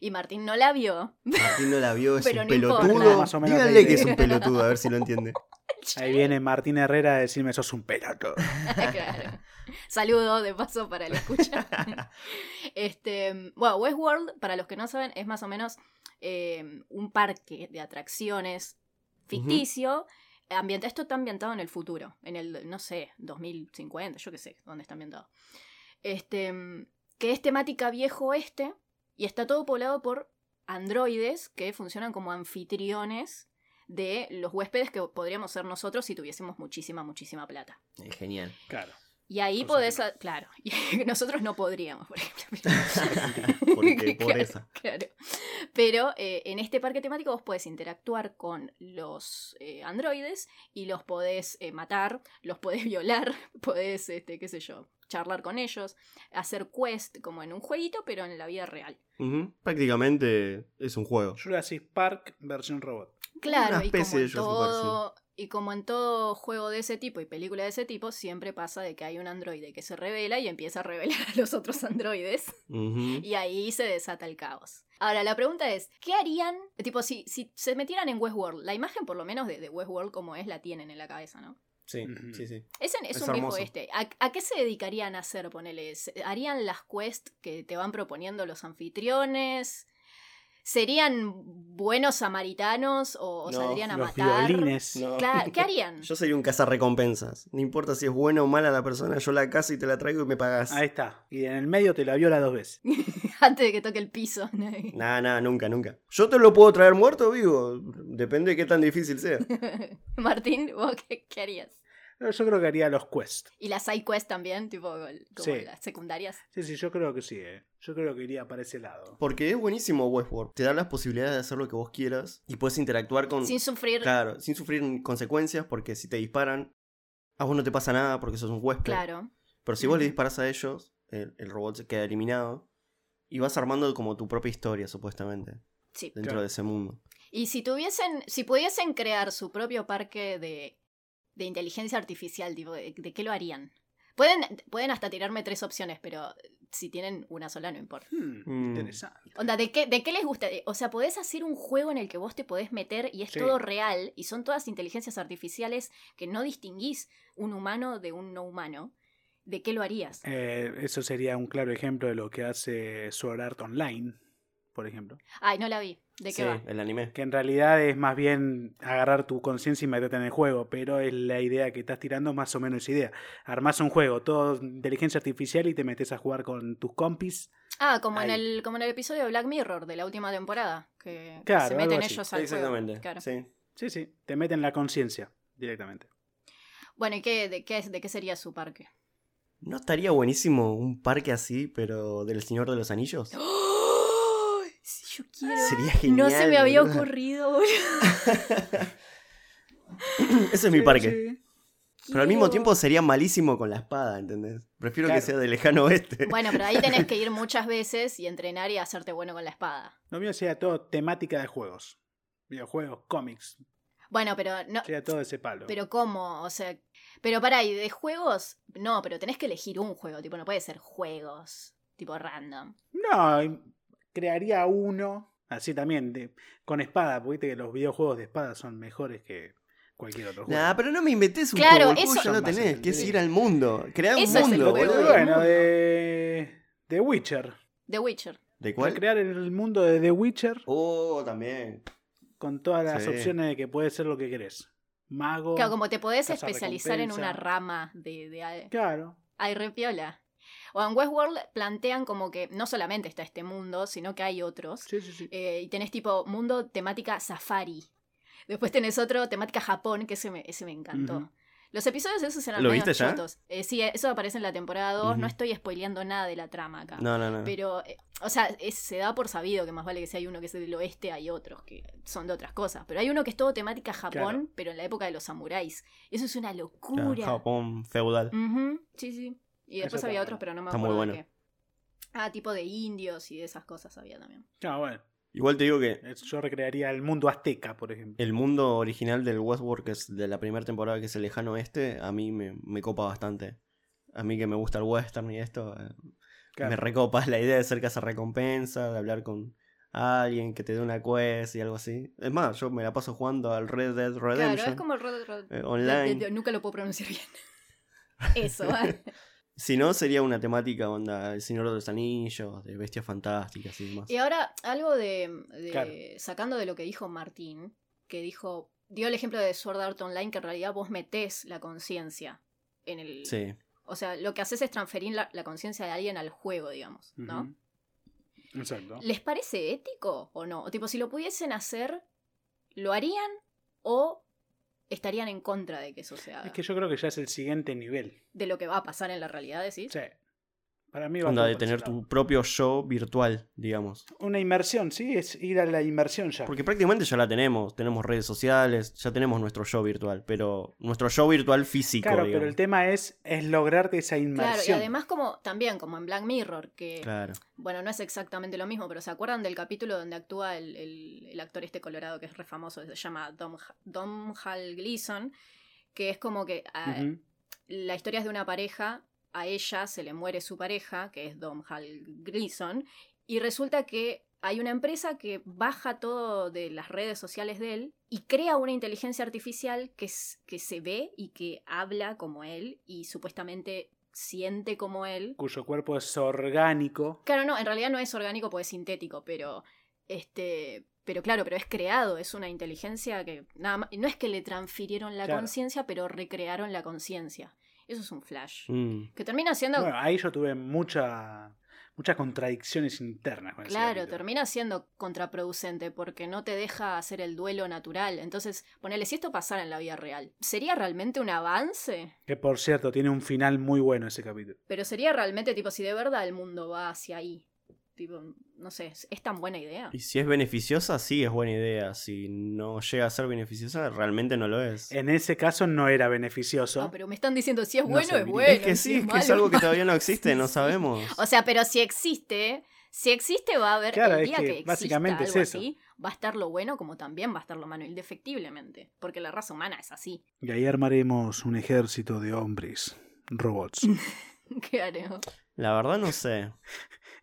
y Martín no la vio.
Martín no la vio, es
[laughs] Pero
un
no importa.
pelotudo.
No,
más o menos la
Díganle
idea.
que es un pelotudo, a ver si lo
[laughs]
entiende.
[laughs]
Ahí viene Martín Herrera a decirme, sos un peloto.
Claro. Saludo de paso para el escucha. Este, bueno, Westworld, para los que no saben, es más o menos eh, un parque de atracciones ficticio. ambienta- esto está ambientado en el futuro, en el, no sé, 2050, yo qué sé, dónde está ambientado. Este, que es temática viejo oeste y está todo poblado por androides que funcionan como anfitriones de los huéspedes que podríamos ser nosotros si tuviésemos muchísima, muchísima plata.
Eh, Genial.
Claro.
Y ahí
Cosa que
podés,
no.
a- claro, [laughs] y nosotros no podríamos, por ejemplo.
[laughs] [laughs]
[laughs]
Porque
Claro,
pobreza.
Claro. Pero eh, en este parque temático vos podés interactuar con los eh, androides y los podés eh, matar, los podés [laughs] violar, podés, este, qué sé yo, charlar con ellos, hacer quest como en un jueguito, pero en la vida real.
Ujú. Prácticamente es un juego.
Jurassic Park versión robot.
Claro,
Una
y como,
especie de
en
Jurassic Park,
todo, y como en todo juego de ese tipo y película de ese tipo, siempre pasa de que hay un androide que se revela y empieza a revelar a los otros androides.
Ujú.
Y ahí se desata el caos. Ahora, la pregunta es, ¿qué harían? Tipo, si, si se metieran en Westworld, la imagen por lo menos de, de Westworld como es la tienen en la cabeza, ¿no?
Sí,
Ujú.
sí, sí.
Es, en- es
Es
un viejo
hermoso.
este. ¿A, a qué se dedicarían a hacer, ponele? ¿Se- ¿Harían las quests que te van proponiendo los anfitriones? ¿Serían buenos samaritanos o, o
No,
saldrían a
Los
matar?
violines.
No.
Claro, ¿Qué harían?
Yo soy un cazarrecompensas. No importa si es buena o mala la persona, yo la cazo y te la traigo y me pagás.
Ahí está. Y en el medio te la viola dos veces.
[laughs] Antes de que toque el piso. [laughs]
Nah, nah, nunca, nunca. Yo te lo puedo traer muerto o vivo. Depende de qué tan difícil
[laughs]
sea.
Martín, ¿vos qué- qué harías?
Pero Yo creo que haría los quests.
Y las side quests también, tipo como
Sí.
las secundarias.
Sí, sí, yo creo que sí, ¿eh? Yo creo que iría para ese lado.
Porque es buenísimo Westworld. Te da las posibilidades de hacer lo que vos quieras y puedes interactuar con.
Sin sufrir. Claro.
Claro, sin sufrir consecuencias, porque si te disparan, a vos no te pasa nada porque sos un huésped. Pero si vos le
Ujú.
disparas a ellos, el, el robot se queda eliminado y vas armando como tu propia historia, supuestamente,
Sí.
dentro
Claro.
de ese mundo.
Y si tuviesen, si pudiesen crear su propio parque de, de inteligencia artificial, tipo, ¿de, de qué lo harían? Pueden, pueden hasta tirarme tres opciones, pero si tienen una sola no importa.
Hmm,
Mm.
Interesante.
Onda, ¿de qué, ¿de qué les gusta? O sea, podés hacer un juego en el que vos te podés meter y es
Sí.
todo real y son todas inteligencias artificiales que no distinguís un humano de un no humano. ¿De qué lo harías?
Eh, eso sería un claro ejemplo de lo que hace Sword Art Online. por ejemplo.
Ay, no la vi. ¿De qué
Sí,
va?
el anime.
Que en realidad es más bien agarrar tu conciencia y meterte en el juego, pero es la idea que estás tirando, más o menos esa idea. Armas un juego, todo inteligencia artificial y te metes a jugar con tus compis.
Ah, como en,
Ahí.
el, como en el episodio de Black Mirror de la última temporada. Que, que
Claro,
se
algo
meten
así.
ellos al juego.
Exactamente.
Claro.
Sí.
Sí, sí, te meten la conciencia directamente.
Bueno, ¿y qué, de, qué, es- de qué sería su parque?
¿No estaría buenísimo un parque así, pero del Señor de los Anillos?
¡Oh! Sí, yo quiero.
Sería genial.
no se me había
boludo.
ocurrido,
[laughs]
boludo.
[laughs] Ese es mi parque. Pero al mismo
Quiero-
tiempo sería malísimo con la espada, ¿entendés? Prefiero
Claro.
que sea de lejano oeste.
[laughs] Bueno, pero ahí tenés que ir muchas veces y entrenar y hacerte bueno con la espada.
Lo mío sería todo temática de juegos. Videojuegos, cómics,
Bueno, pero no.
sería todo ese palo.
Pero cómo, o sea. Pero pará, ¿y de juegos? No, pero tenés que elegir un juego, tipo, no puede ser juegos, tipo random.
No, crearía uno, así también, de, con espada, porque viste que los videojuegos de espada son mejores que cualquier otro
[laughs]
juego.
Nah, pero no me inventes un
Claro,
juego, el juego
eso-
ya lo tenés, que es ir al mundo. Crear un
Eso pues, es el
mundo,
juego.
boludo.
bueno, de, de Witcher.
The Witcher.
¿De cuál?
Crear el mundo de The Witcher
Oh, también.
con todas las
Sí.
opciones de que puede ser lo que querés. Mago.
Claro, como te podés
Cazar
especializar en
recompensa.
una rama de, de al-
Claro.
Ay, repiola. O en Westworld plantean como que no solamente está este mundo, sino que hay otros.
Sí, sí, sí.
Eh, y tenés tipo mundo temática safari. Después tenés otro temática Japón, que ese me, ese me encantó.
Ujú.
Los episodios esos eran
¿Lo
medio
viste ya?
chotos. Eh, sí, eso aparece en la temporada 2. No
Ujú.
estoy spoileando nada de la trama acá.
No, no, no.
Pero, eh, o sea, es- se da por sabido que más vale que si hay uno que es del oeste, hay otros que son de otras cosas. Pero hay uno que es todo temática Japón,
Claro.
pero en la época de los samuráis. Eso es una
Claro,
locura.
Japón feudal.
Mm. Ujú, Sí, sí. Y
Eso
después
está
había
bueno.
otros, pero no me
Está muy
acuerdo. de
bueno.
qué. Ah, tipo de indios y de esas cosas había también.
No, bueno.
Igual te digo que
es- Yo recrearía el mundo azteca, por ejemplo.
el mundo original del Westworld, que es de la primera temporada, que es el lejano oeste, a mí me, me copa bastante. A mí que me gusta el western y esto, eh, me
Claro.
recopa la idea de ser casa recompensa, de hablar con alguien que te dé una quest y algo así. Es más, yo me la paso jugando al Red Dead Redemption
Claro, es como el Red- Red-
eh,
Red-
online.
Red- nunca lo puedo
[laughs]
pronunciar bien. Eso, ah.
Si no, sería una temática onda El Señor de los Anillos, de Bestias Fantásticas y demás.
Y ahora, algo de, de-
Claro.
sacando de lo que dijo Martín, que dijo, dio el ejemplo de Sword Art Online, que en realidad vos metés la conciencia en el...
Sí,
O sea, lo que haces es transferir la, la conciencia de alguien al juego, digamos, ¿no?
Ujú. Exacto.
¿Les parece ético o no? O tipo, si lo pudiesen hacer, ¿lo harían o estarían en contra de que eso se haga?
Es que yo creo que ya es el siguiente nivel.
De lo que va a pasar en la realidad, decís.
Sí. Para mí va
onda
todo
de
por ese
tener
lado.
tu propio yo virtual, digamos.
Una inmersión, sí, es ir a la inmersión ya.
Porque prácticamente ya la tenemos, tenemos redes sociales, ya tenemos nuestro yo virtual, pero nuestro yo virtual físico,
claro,
digamos.
pero el tema es, es lograrte esa
Claro,
inmersión.
y además como también como en Black Mirror, que
Claro.
bueno, no es exactamente lo mismo, pero ¿se acuerdan del capítulo donde actúa el, el- el actor este colorado que es re famoso, se llama Dom, Dom Hal Gleason? Que es como que ah,
Ujú.
la historia es de una pareja, a ella se le muere su pareja, que es Dom Hal Gleason, y resulta que hay una empresa que baja todo de las redes sociales de él y crea una inteligencia artificial que, s- que se ve y que habla como él y supuestamente siente como él.
Cuyo cuerpo es orgánico.
Claro, no, en realidad no es orgánico porque es sintético, pero este, pero claro, pero es creado, es una inteligencia que nada más, no es que le transfirieron la
Claro.
conciencia, pero recrearon la conciencia. Eso es un flash.
Mm.
Que termina siendo,
Bueno, ahí yo tuve mucha, muchas contradicciones internas. con ese
claro,
capítulo.
termina siendo contraproducente porque no te deja hacer el duelo natural. Entonces, ponele, si esto pasara en la vida real, ¿sería realmente un avance?
Que por cierto, tiene un final muy bueno ese capítulo.
Pero sería realmente tipo si de verdad el mundo va hacia ahí. Tipo, no sé, ¿es- ¿es tan buena idea?
Y si es beneficiosa, sí es buena idea. Si no llega a ser beneficiosa, realmente no lo es.
Eh,
En ese caso no era beneficioso.
No, pero me están diciendo si es
No
bueno, es
serviría.
bueno.
es que
y
sí,
si
es que es
malo,
algo que
malo.
todavía
[laughs]
no existe, no
Sí.
sabemos.
O sea, pero si existe, si existe va a haber
Claro,
el
es
día
que
que, exista
básicamente es
algo
eso.
así, va a estar lo bueno como también va a estar lo malo, indefectiblemente. Porque la raza humana es así. [laughs]
Y ahí armaremos un ejército de hombres,
[laughs]
robots.
Claro.
La verdad no
[laughs]
sé.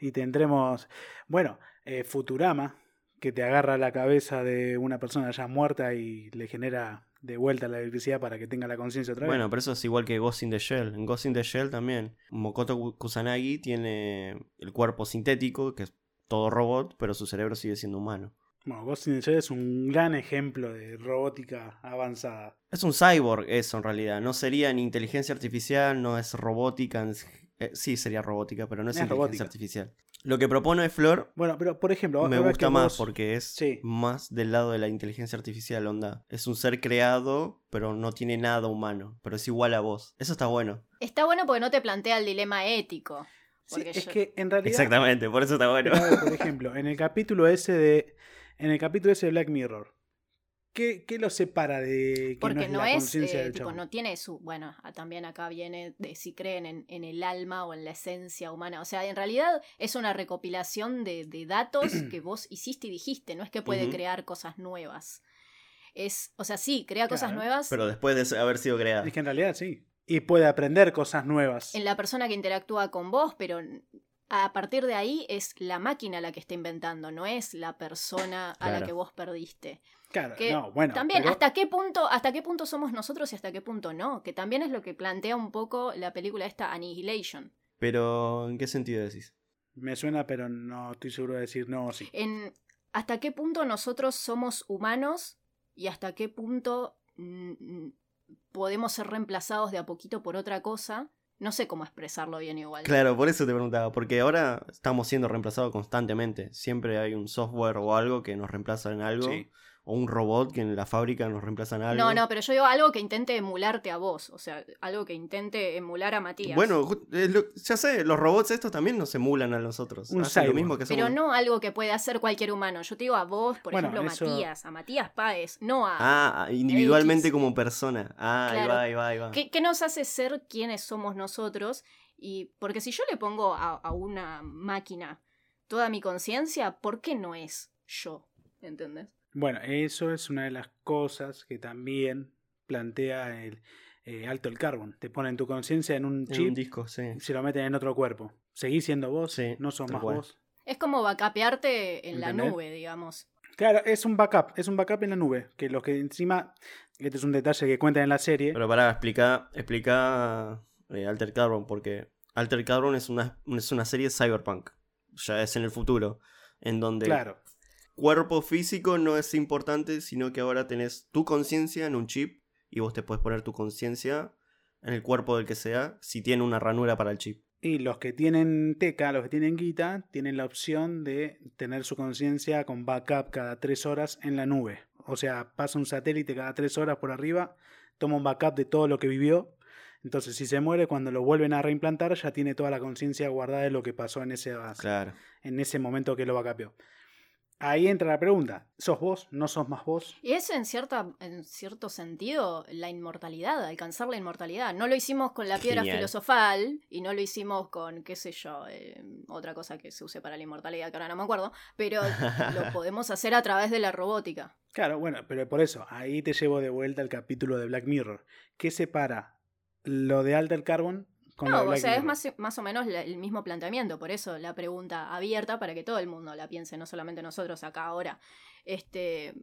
y tendremos, bueno, eh, Futurama, que te agarra la cabeza de una persona ya muerta y le genera de vuelta la electricidad para que tenga la conciencia otra vez.
Bueno, pero eso es igual que Ghost in the Shell. En Ghost in the Shell también, Mokoto Kusanagi tiene el cuerpo sintético, que es todo robot, pero su cerebro sigue siendo humano.
Bueno, Ghost in the Shell es un gran ejemplo de robótica avanzada.
Es un cyborg eso en realidad, no sería ni inteligencia artificial, no es robótica, en- eh, sí sería robótica, pero no es,
No es
inteligencia
robótica.
artificial. Lo que propone Flor
Bueno, pero por ejemplo,
me
ahora
gusta
que
más
vos-
porque es
sí.
más del lado de la inteligencia artificial, onda. Es un ser creado, pero no tiene nada humano, pero es igual a vos. Eso está bueno.
Está bueno porque no te plantea el dilema ético.
Sí,
porque
es
yo-
que en realidad.
Exactamente, por eso está bueno.
[laughs] Claro,
[laughs]
por ejemplo, en el capítulo ese de. En el capítulo ese de Black Mirror. ¿Qué, qué lo separa de que no
Porque
es
no
la
es,
conciencia
eh,
del
tipo,
chabón?
no tiene su, bueno, a- también acá viene de si creen en, en el alma o en la esencia humana. O sea, en realidad es una recopilación de, de
[clears throat]
datos que vos hiciste y dijiste, no es que puede
Ujú.
crear cosas nuevas. Es, o sea, sí, crea cosas
Claro,
nuevas
Pero después de haber sido creado.
Es que en realidad sí. Y puede aprender cosas nuevas.
en la persona que interactúa con vos, pero a partir de ahí es la máquina la que está inventando, no es la persona a
Claro.
la que vos perdiste.
Claro,
que
no, bueno.
También,
pero-
¿hasta qué punto, hasta qué punto somos nosotros y hasta qué punto no? Que también es lo que plantea un poco la película esta Annihilation.
Pero, ¿en qué sentido decís?
Me suena, pero no estoy seguro de decir no o sí.
En hasta qué punto nosotros somos humanos y hasta qué punto mm, mm, podemos ser reemplazados de a poquito por otra cosa. No sé cómo expresarlo bien igual.
Claro, por eso te preguntaba, porque ahora estamos siendo reemplazados constantemente. Siempre hay un software o algo que nos reemplaza en algo,
Sí.
o un robot que en la fábrica nos reemplaza en algo.
No, no, pero yo digo algo que intente emularte a vos, o sea, algo que intente emular a Matías.
Bueno, ju- eh, lo- ya sé, los robots estos también nos emulan a nosotros.
Un
Hacen lo
cyborg.
mismo que hacemos.
pero no algo que puede hacer cualquier humano. Yo te digo a vos, por
Bueno,
ejemplo, a
eso-
Matías, a Matías Páez, no a
Ah, individualmente
X.
como persona. Ah,
Claro.
ahí va, ahí va, ahí va.
¿Qué, qué nos hace ser quienes somos nosotros? Y porque si yo le pongo a, a una máquina toda mi conciencia, ¿por qué no es yo? ¿Entendés?
Bueno, eso es una de las cosas que también plantea el eh, alto el carbón. Te ponen tu conciencia en un
En
chip
un disco, sí.
y se lo meten en otro cuerpo. Seguís siendo vos,
Sí,
no sos
tal
más
cual.
vos.
Es como vacapearte en la
¿Entendés?
nube, digamos.
Claro, es un backup, es un backup en la nube. Que los que encima, este es un detalle que cuentan en la serie.
Pero pará, explica, explica eh, Alter Carbon, porque Alter Carbon es una, es una serie cyberpunk. Ya es en el futuro. En donde
claro,
cuerpo físico no es importante, sino que ahora tenés tu conciencia en un chip y vos te puedes poner tu conciencia en el cuerpo del que sea si tiene una ranura para el chip.
y los que tienen teca, los que tienen guita, tienen la opción de tener su conciencia con backup cada tres horas en la nube. O sea, pasa un satélite cada tres horas por arriba, toma un backup de todo lo que vivió. Entonces, si se muere, cuando lo vuelven a reimplantar, ya tiene toda la conciencia guardada de lo que pasó en ese,
Claro.
en ese momento que lo vacapeó. Ahí entra la pregunta: ¿sos vos? ¿No sos más vos?
Y eso en, cierta, en cierto sentido, la inmortalidad, alcanzar la inmortalidad. No lo hicimos con la piedra
Genial.
filosofal y no lo hicimos con, qué sé yo, eh, otra cosa que se use para la inmortalidad, que ahora no me acuerdo, pero lo podemos hacer a través de la robótica.
Claro, bueno, pero por eso, ahí te llevo de vuelta al capítulo de Black Mirror. ¿Qué separa lo de Alter Carbon con lo de
No, o
Black
sea, es
Mirror?
más, más o menos la- el mismo planteamiento, por eso la pregunta abierta para que todo el mundo la piense, no solamente nosotros acá ahora. Este,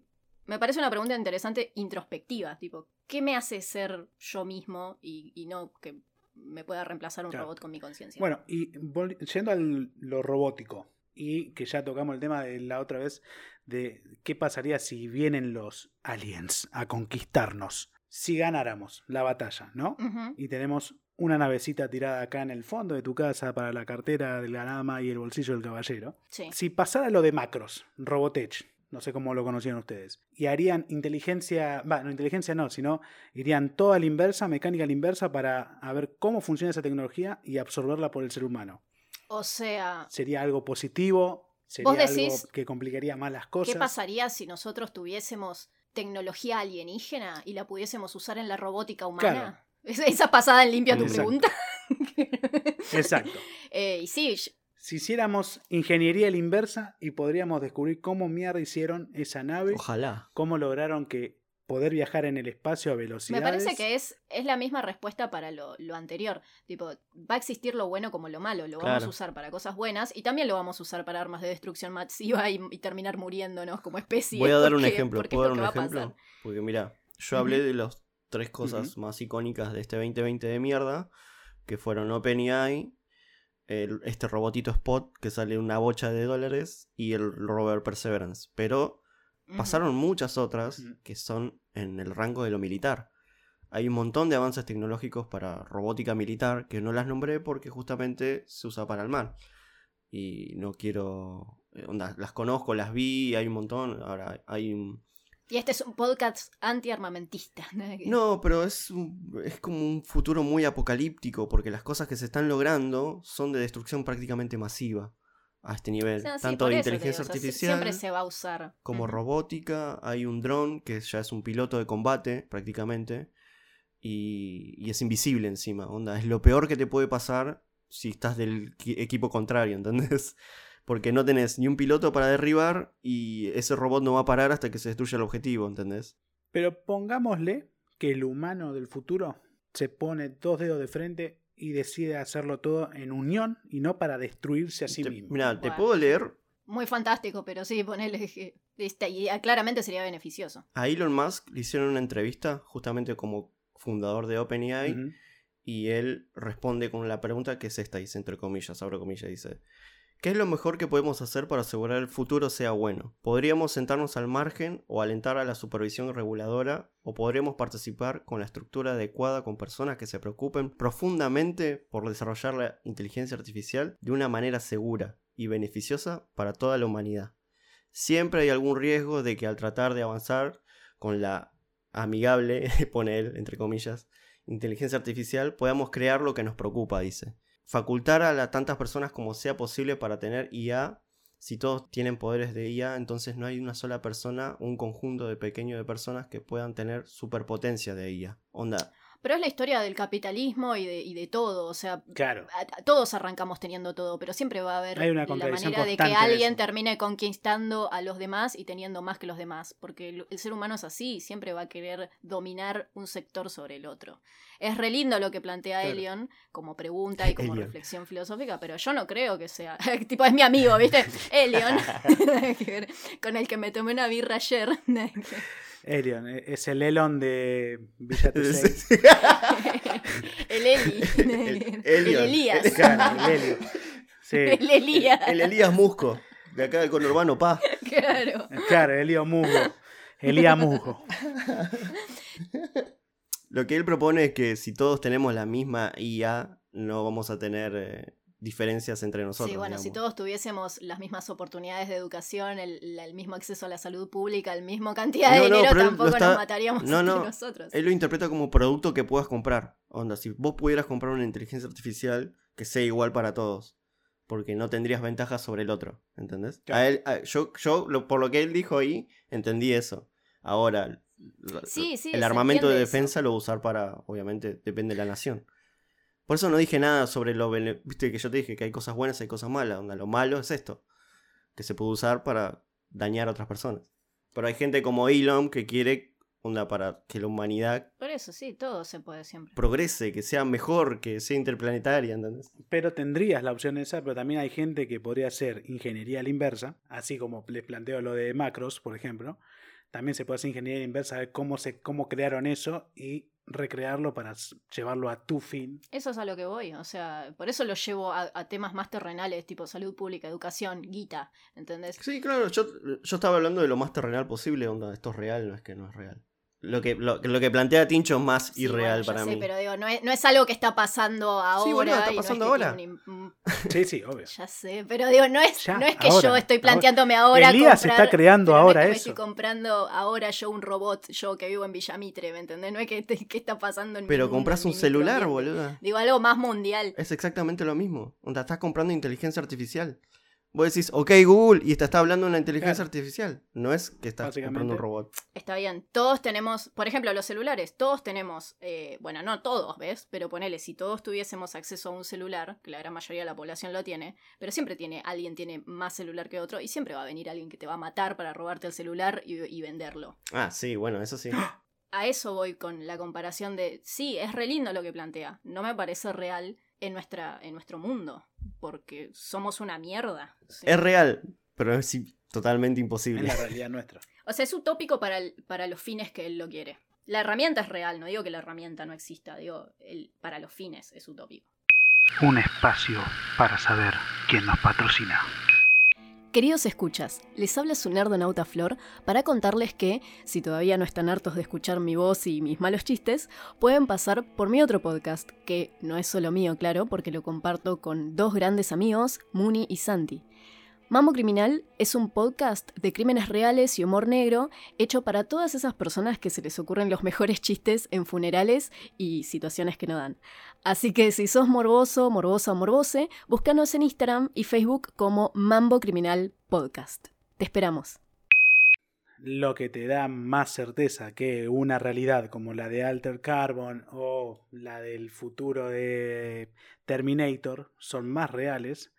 me parece una pregunta interesante introspectiva, tipo, ¿qué me hace ser yo mismo y, y no que me pueda reemplazar un
Claro.
robot con mi conciencia?
Bueno, y vol- yendo a lo robótico, y que ya tocamos el tema de la otra vez, de qué pasaría si vienen los aliens a conquistarnos, si ganáramos la batalla, ¿no?
Ujú.
Y tenemos una navecita tirada acá en el fondo de tu casa para la cartera del ganama y el bolsillo del caballero.
Sí.
Si pasara lo de Macros, Robotech, no sé cómo lo conocían ustedes, y harían inteligencia, va, no inteligencia no, sino irían toda la inversa, mecánica a la inversa, para a ver cómo funciona esa tecnología y absorberla por el ser humano.
O sea,
¿Sería algo positivo? ¿Sería
¿Vos decís
algo que complicaría más las
¿qué
cosas?
pasaría si nosotros tuviésemos tecnología alienígena y la pudiésemos usar en la robótica
Claro.
humana? [laughs] Esa- Esa pasada en limpia tu
Exacto.
pregunta. [laughs]
Exacto.
Eh, y sí,
Si hiciéramos ingeniería a la inversa y podríamos descubrir cómo mierda hicieron esa nave,
[laughs] Ojalá.
cómo lograron que poder viajar en el espacio a velocidades.
Me parece que es, es la misma respuesta para lo, lo anterior. Tipo, va a existir lo bueno como lo malo. Lo vamos
Claro.
a usar para cosas buenas y también lo vamos a usar para armas de destrucción masiva y, y terminar muriéndonos como especie.
Voy a dar un
porque-
ejemplo.
porque es
¿Puedo
lo
dar un
que va a
ejemplo?
pasar.
Porque mira, yo hablé
Ujú.
de las tres cosas más icónicas de este 2020 de mierda, que fueron OpenAI, el- este robotito Spot que sale una bocha de dólares y el rover Perseverance. Pero
Ujú.
pasaron muchas otras
Ujú.
que son en el rango de lo militar. Hay un montón de avances tecnológicos para robótica militar que no las nombré porque justamente se usa para el mar. Y no quiero... eh, onda, las conozco, las vi, hay un montón. Ahora hay un...
Y este es un podcast antiarmamentista. [laughs] nada que-
No, pero es, un- es como un futuro muy apocalíptico porque las cosas que se están logrando son de destrucción prácticamente masiva a este nivel.
O sea, sí,
Tanto
por
de
eso te
inteligencia
digo, o sea, si-
artificial...
siempre se va a usar.
como
Ujú.
robótica, hay un dron que ya es un piloto de combate prácticamente y, y es invisible encima, onda, es lo peor que te puede pasar si estás del qui- equipo contrario, ¿entendés? [laughs] Porque no tenés ni un piloto para derribar y ese robot no va a parar hasta que se destruya el objetivo, ¿entendés?
Pero pongámosle que el humano del futuro se pone dos dedos de frente y decide hacerlo todo en unión y no para destruirse a sí
Te-
mismo.
mirá, te
Bueno.
puedo leer
Muy fantástico, pero sí, ponerle que esta idea claramente sería beneficioso.
a Elon Musk le hicieron una entrevista justamente como fundador de OpenAI
Ujú.
Y él responde con la pregunta que es esta, dice entre comillas, abro comillas, dice. ¿Qué es lo mejor que podemos hacer para asegurar el futuro sea bueno? ¿Podríamos sentarnos al margen o alentar a la supervisión reguladora? ¿O podremos participar con la estructura adecuada con personas que se preocupen profundamente por desarrollar la inteligencia artificial de una manera segura y beneficiosa para toda la humanidad? Siempre hay algún riesgo de que al tratar de avanzar con la amigable, [laughs] pone él, entre comillas, inteligencia artificial, podamos crear lo que nos preocupa, dice. Facultar a la- tantas personas como sea posible para tener IA. Si todos tienen poderes de IA, entonces no hay una sola persona, un conjunto de pequeño de personas que puedan tener superpotencia de IA. Onda,
Pero es la historia del capitalismo y de, y de todo. O sea,
Claro.
a- a- todos arrancamos teniendo todo, pero siempre va a haber
Hay una
la
contradicción
manera de que
constante en
alguien
eso.
termine conquistando a los demás y teniendo más que los demás, porque el, el ser humano es así, siempre va a querer dominar un sector sobre el otro. Es re lindo lo que plantea
Claro.
Elion como pregunta y como
Elion.
reflexión filosófica, pero yo no creo que sea. [laughs] tipo, es mi amigo, ¿viste? Elion, [laughs] Nada que ver, con el que me tomé una birra ayer. [laughs] Nada que ver.
Elion, eh, es el Elon de
[laughs]
Villa T6.
el Eli.
El-
el
Elion.
Elías.
claro, el Elio. Sí.
[laughs] El Elías.
el Elías Musco, de acá del conurbano, pa.
Claro.
Claro, el Elio Musgo. Elía Musgo.
Lo que él propone es que si todos tenemos la misma IA, no vamos a tener eh, diferencias entre nosotros.
sí, bueno, si
digamos.
todos tuviésemos las mismas oportunidades de educación, el, la- el mismo acceso a la salud pública, el mismo cantidad de
No, no,
dinero,
pero él lo
tampoco
está-
nos mataríamos
no,
[laughs] entre
no.
nosotros.
Él lo interpreta como producto que puedas comprar. Onda, si vos pudieras comprar una inteligencia artificial que sea igual para todos. Porque no tendrías ventajas sobre el otro. ¿Entendés?
Claro.
A él, a- yo, yo lo- por lo que él dijo ahí, entendí eso. Ahora, la-
Sí, sí,
el
se
armamento de
entiende eso.
defensa lo va a usar para, obviamente, depende de la nación. Por eso no dije nada sobre lo... bene- Viste que yo te dije que hay cosas buenas y hay cosas malas. Onda, lo malo es esto. Que se puede usar para dañar a otras personas. Pero hay gente como Elon que quiere, onda, para que la humanidad
Por eso, sí, todo se puede siempre.
progrese, que sea mejor, que sea interplanetaria, ¿entendés?
Pero tendrías la opción esa, pero también hay gente que podría hacer ingeniería a la inversa, así como les planteo lo de macros, por ejemplo. También se puede hacer ingeniería a la inversa, ver cómo, se, cómo crearon eso y recrearlo para s- llevarlo a tu fin.
Eso es a lo que voy, o sea, por eso lo llevo a, a temas más terrenales, tipo salud pública, educación, guita, ¿entendés?
Sí, claro, yo, yo estaba hablando de lo más terrenal posible, onda, esto es real, no es que no es real. Lo que, lo, lo que plantea Tincho es más
Sí,
irreal
bueno, ya
para
sé,
mí.
Pero digo, no es, no es algo que está pasando ahora.
Sí, boludo, está
y no es
pasando
que
ahora.
tiene un im-
Sí, sí, obvio.
Ya sé, pero digo, no es,
Ya,
no es que
ahora,
yo estoy
ahora.
planteándome [laughs] ahora.
Elías
comprar-
está creando
pero no es
ahora
que me
eso.
estoy comprando ahora yo un robot, yo que vivo en Villamitre, ¿me entendés? No es que, te- que está pasando en mi
Pero
mundo,
compras
en
un
mi
celular,
microambiente.
boluda.
Digo, algo más mundial.
Es exactamente lo mismo. Onda, estás comprando inteligencia artificial. Vos decís, ok, Google, y te está hablando una inteligencia
Claro.
artificial. No es que estás comprando un
Básicamente.
robot.
Está bien, todos tenemos, por ejemplo, los celulares, todos tenemos, eh, bueno, no todos, ¿ves? Pero ponele, si todos tuviésemos acceso a un celular, que la gran mayoría de la población lo tiene, pero siempre tiene, alguien tiene más celular que otro y siempre va a venir alguien que te va a matar para robarte el celular y- y venderlo.
Ah, sí, bueno, eso sí.
¡Ah!
a eso voy con la comparación de, sí, es re lindo lo que plantea, no me parece real en, nuestra, en nuestro mundo, porque somos una mierda. ¿sí?
Es real, pero es sí, totalmente
Es
imposible.
la realidad nuestra.
O sea, es utópico para, el- para los fines que él lo quiere. La herramienta es real, no digo que la herramienta no exista, digo, el- para los fines es utópico.
Un espacio para saber quién nos patrocina.
Queridos escuchas, les habla su nerdonauta Flor para contarles que, si todavía no están hartos de escuchar mi voz y mis malos chistes, pueden pasar por mi otro podcast, que no es solo mío, claro, porque lo comparto con dos grandes amigos, Muni y Santi. Mamo Criminal es un podcast de crímenes reales y humor negro hecho para todas esas personas que se les ocurren los mejores chistes en funerales y situaciones que no dan. Así que si sos morboso, morbosa o morbose, búscanos en Instagram y Facebook como Mambo Criminal Podcast. Te esperamos.
Lo que te da más certeza que una realidad como la de Alter Carbon o la del futuro de Terminator son más reales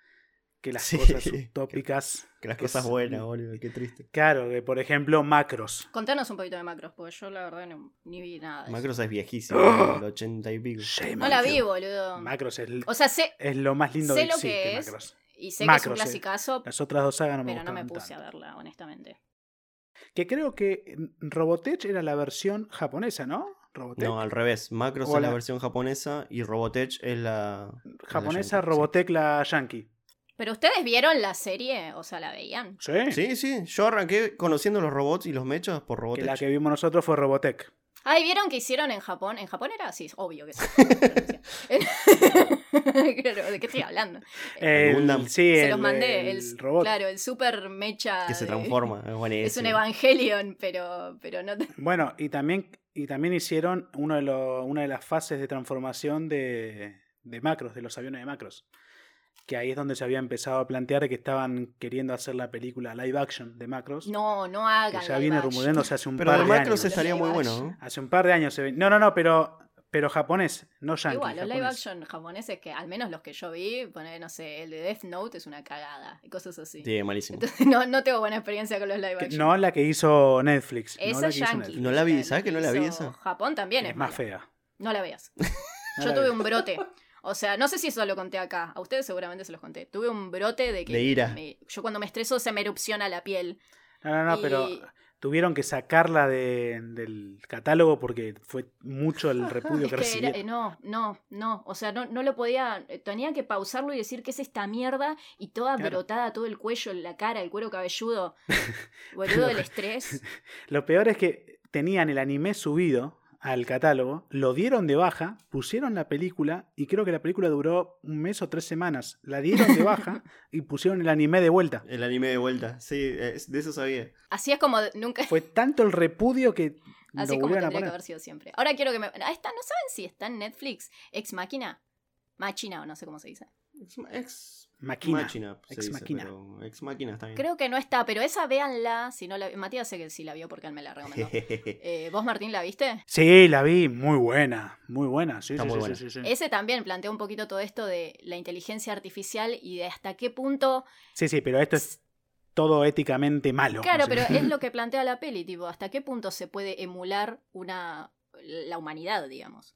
que las
Sí. [laughs]
cosas utópicas.
[laughs] Que las cosas
son-
buenas, boludo, qué triste.
Claro, que por ejemplo, macros.
Contanos un poquito de Macros, porque yo la verdad no, ni vi nada. de eso.
Macros es viejísimo,
¡Ah!
el 80 y pico.
No la vi, boludo.
Macros es,
O sea, sé,
es lo más lindo
sé
que
lo
existe,
que es.
Macros.
y sé que es un
Macros, sí.
clasicazo,
Las otras dos sagas no me
pero no me
gustaron
puse a
tanto.
verla, honestamente.
Que creo que Robotech era la versión japonesa, ¿no? Robotech.
No, al revés. Macros
Hola.
es la versión japonesa y Robotech es la.
japonesa,
la yankee,
Robotech la yankee.
Pero ustedes vieron la serie, o sea, la veían.
Sí.
Sí, sí. Yo arranqué conociendo los robots y los mechas por
Que
Robotech.
la que vimos nosotros fue Robotech.
Ay, ¿vieron que hicieron en Japón? ¿En Japón era? Sí, obvio que sí. Claro, ¿De qué estoy hablando?
El Gundam.
El, sí,
Se
el-
los mandé. El,
robot.
Claro, el super mecha.
que se
de-
transforma. Es,
[laughs] Es un
buenísimo.
Evangelion, pero, pero no. te-
Bueno, y también, y también hicieron uno de lo- una de las fases de transformación de, de macros, de los aviones de macros. Que ahí es donde se había empezado a plantear que estaban queriendo hacer la película live action de macros.
No, no
que
hagan.
ya
live
viene
action.
rumoreándose hace un
Pero
par
el
de años.
Macros
años.
estaría muy bueno, ¿no?
Hace un par de años se ve. No, no, no, pero, pero japonés, no yankee.
Igual, los live
japonés.
action japoneses que al menos los que yo vi, poner, no sé, el de Death Note es una cagada y cosas así.
Sí, malísimo.
Entonces no, no tengo buena experiencia con los live
Que-
action.
no la que hizo Netflix. no
Esa
la
es
que hizo
yankee.
Netflix.
No la vi,
que
¿sabes que no la vi
hizo
esa?
Japón también es,
Es más
mala.
fea.
No
[laughs]
la veas.
No
Yo
la
tuve
vi.
un brote. O sea, no sé si eso lo conté acá. A ustedes seguramente se los conté. Tuve un brote de que.
De ira.
me- yo cuando me estreso se me erupciona la piel.
No, no, no, pero
Y-
tuvieron que sacarla de- del catálogo porque fue mucho el repudio
[laughs]
que
Es que era- eh,
recibieron.
no, no, no. O sea, no, no lo podía. eh, Tenía que pausarlo y decir que es esta mierda y toda
Claro.
brotada, todo el cuello, la cara, el
[laughs]
cuero cabelludo. Boludo, el estrés.
Lo peor es que tenían el anime subido al catálogo, lo dieron de baja, pusieron la película y creo que la película duró un mes o tres semanas. La dieron de
[laughs]
baja y pusieron el anime de vuelta.
El anime de vuelta. Sí, es- de eso sabía.
Así es como nunca.
Fue tanto el repudio que [laughs]
Así
lo volvieron
como tendría
a
que
poner.
haber sido siempre. Ahora quiero que me. Ah, está, ¿No saben si está en Netflix? Ex Máquina. Machina o no sé cómo se dice.
Ex, ex
Máquina.
máquina. se
Ex
dice,
machina.
pero Ex máquina
Mm.
está bien. [laughs]
Creo que no está, pero esa véanla. Si no la... Matías sé que sí la vio porque él me
[laughs]
la recomendó. Eh, ¿Vos, Martín, la viste?
Sí, la vi, muy buena, muy buena. Sí,
Está
sí,
muy
sí,
buena.
sí, sí, sí.
Ese también plantea un poquito todo esto de la inteligencia artificial y de hasta qué punto.
Sí, sí, pero esto es todo éticamente malo.
Claro,
O sea,
pero
[laughs]
[laughs]
es lo que plantea la peli, tipo, hasta qué punto se puede emular una la humanidad, digamos.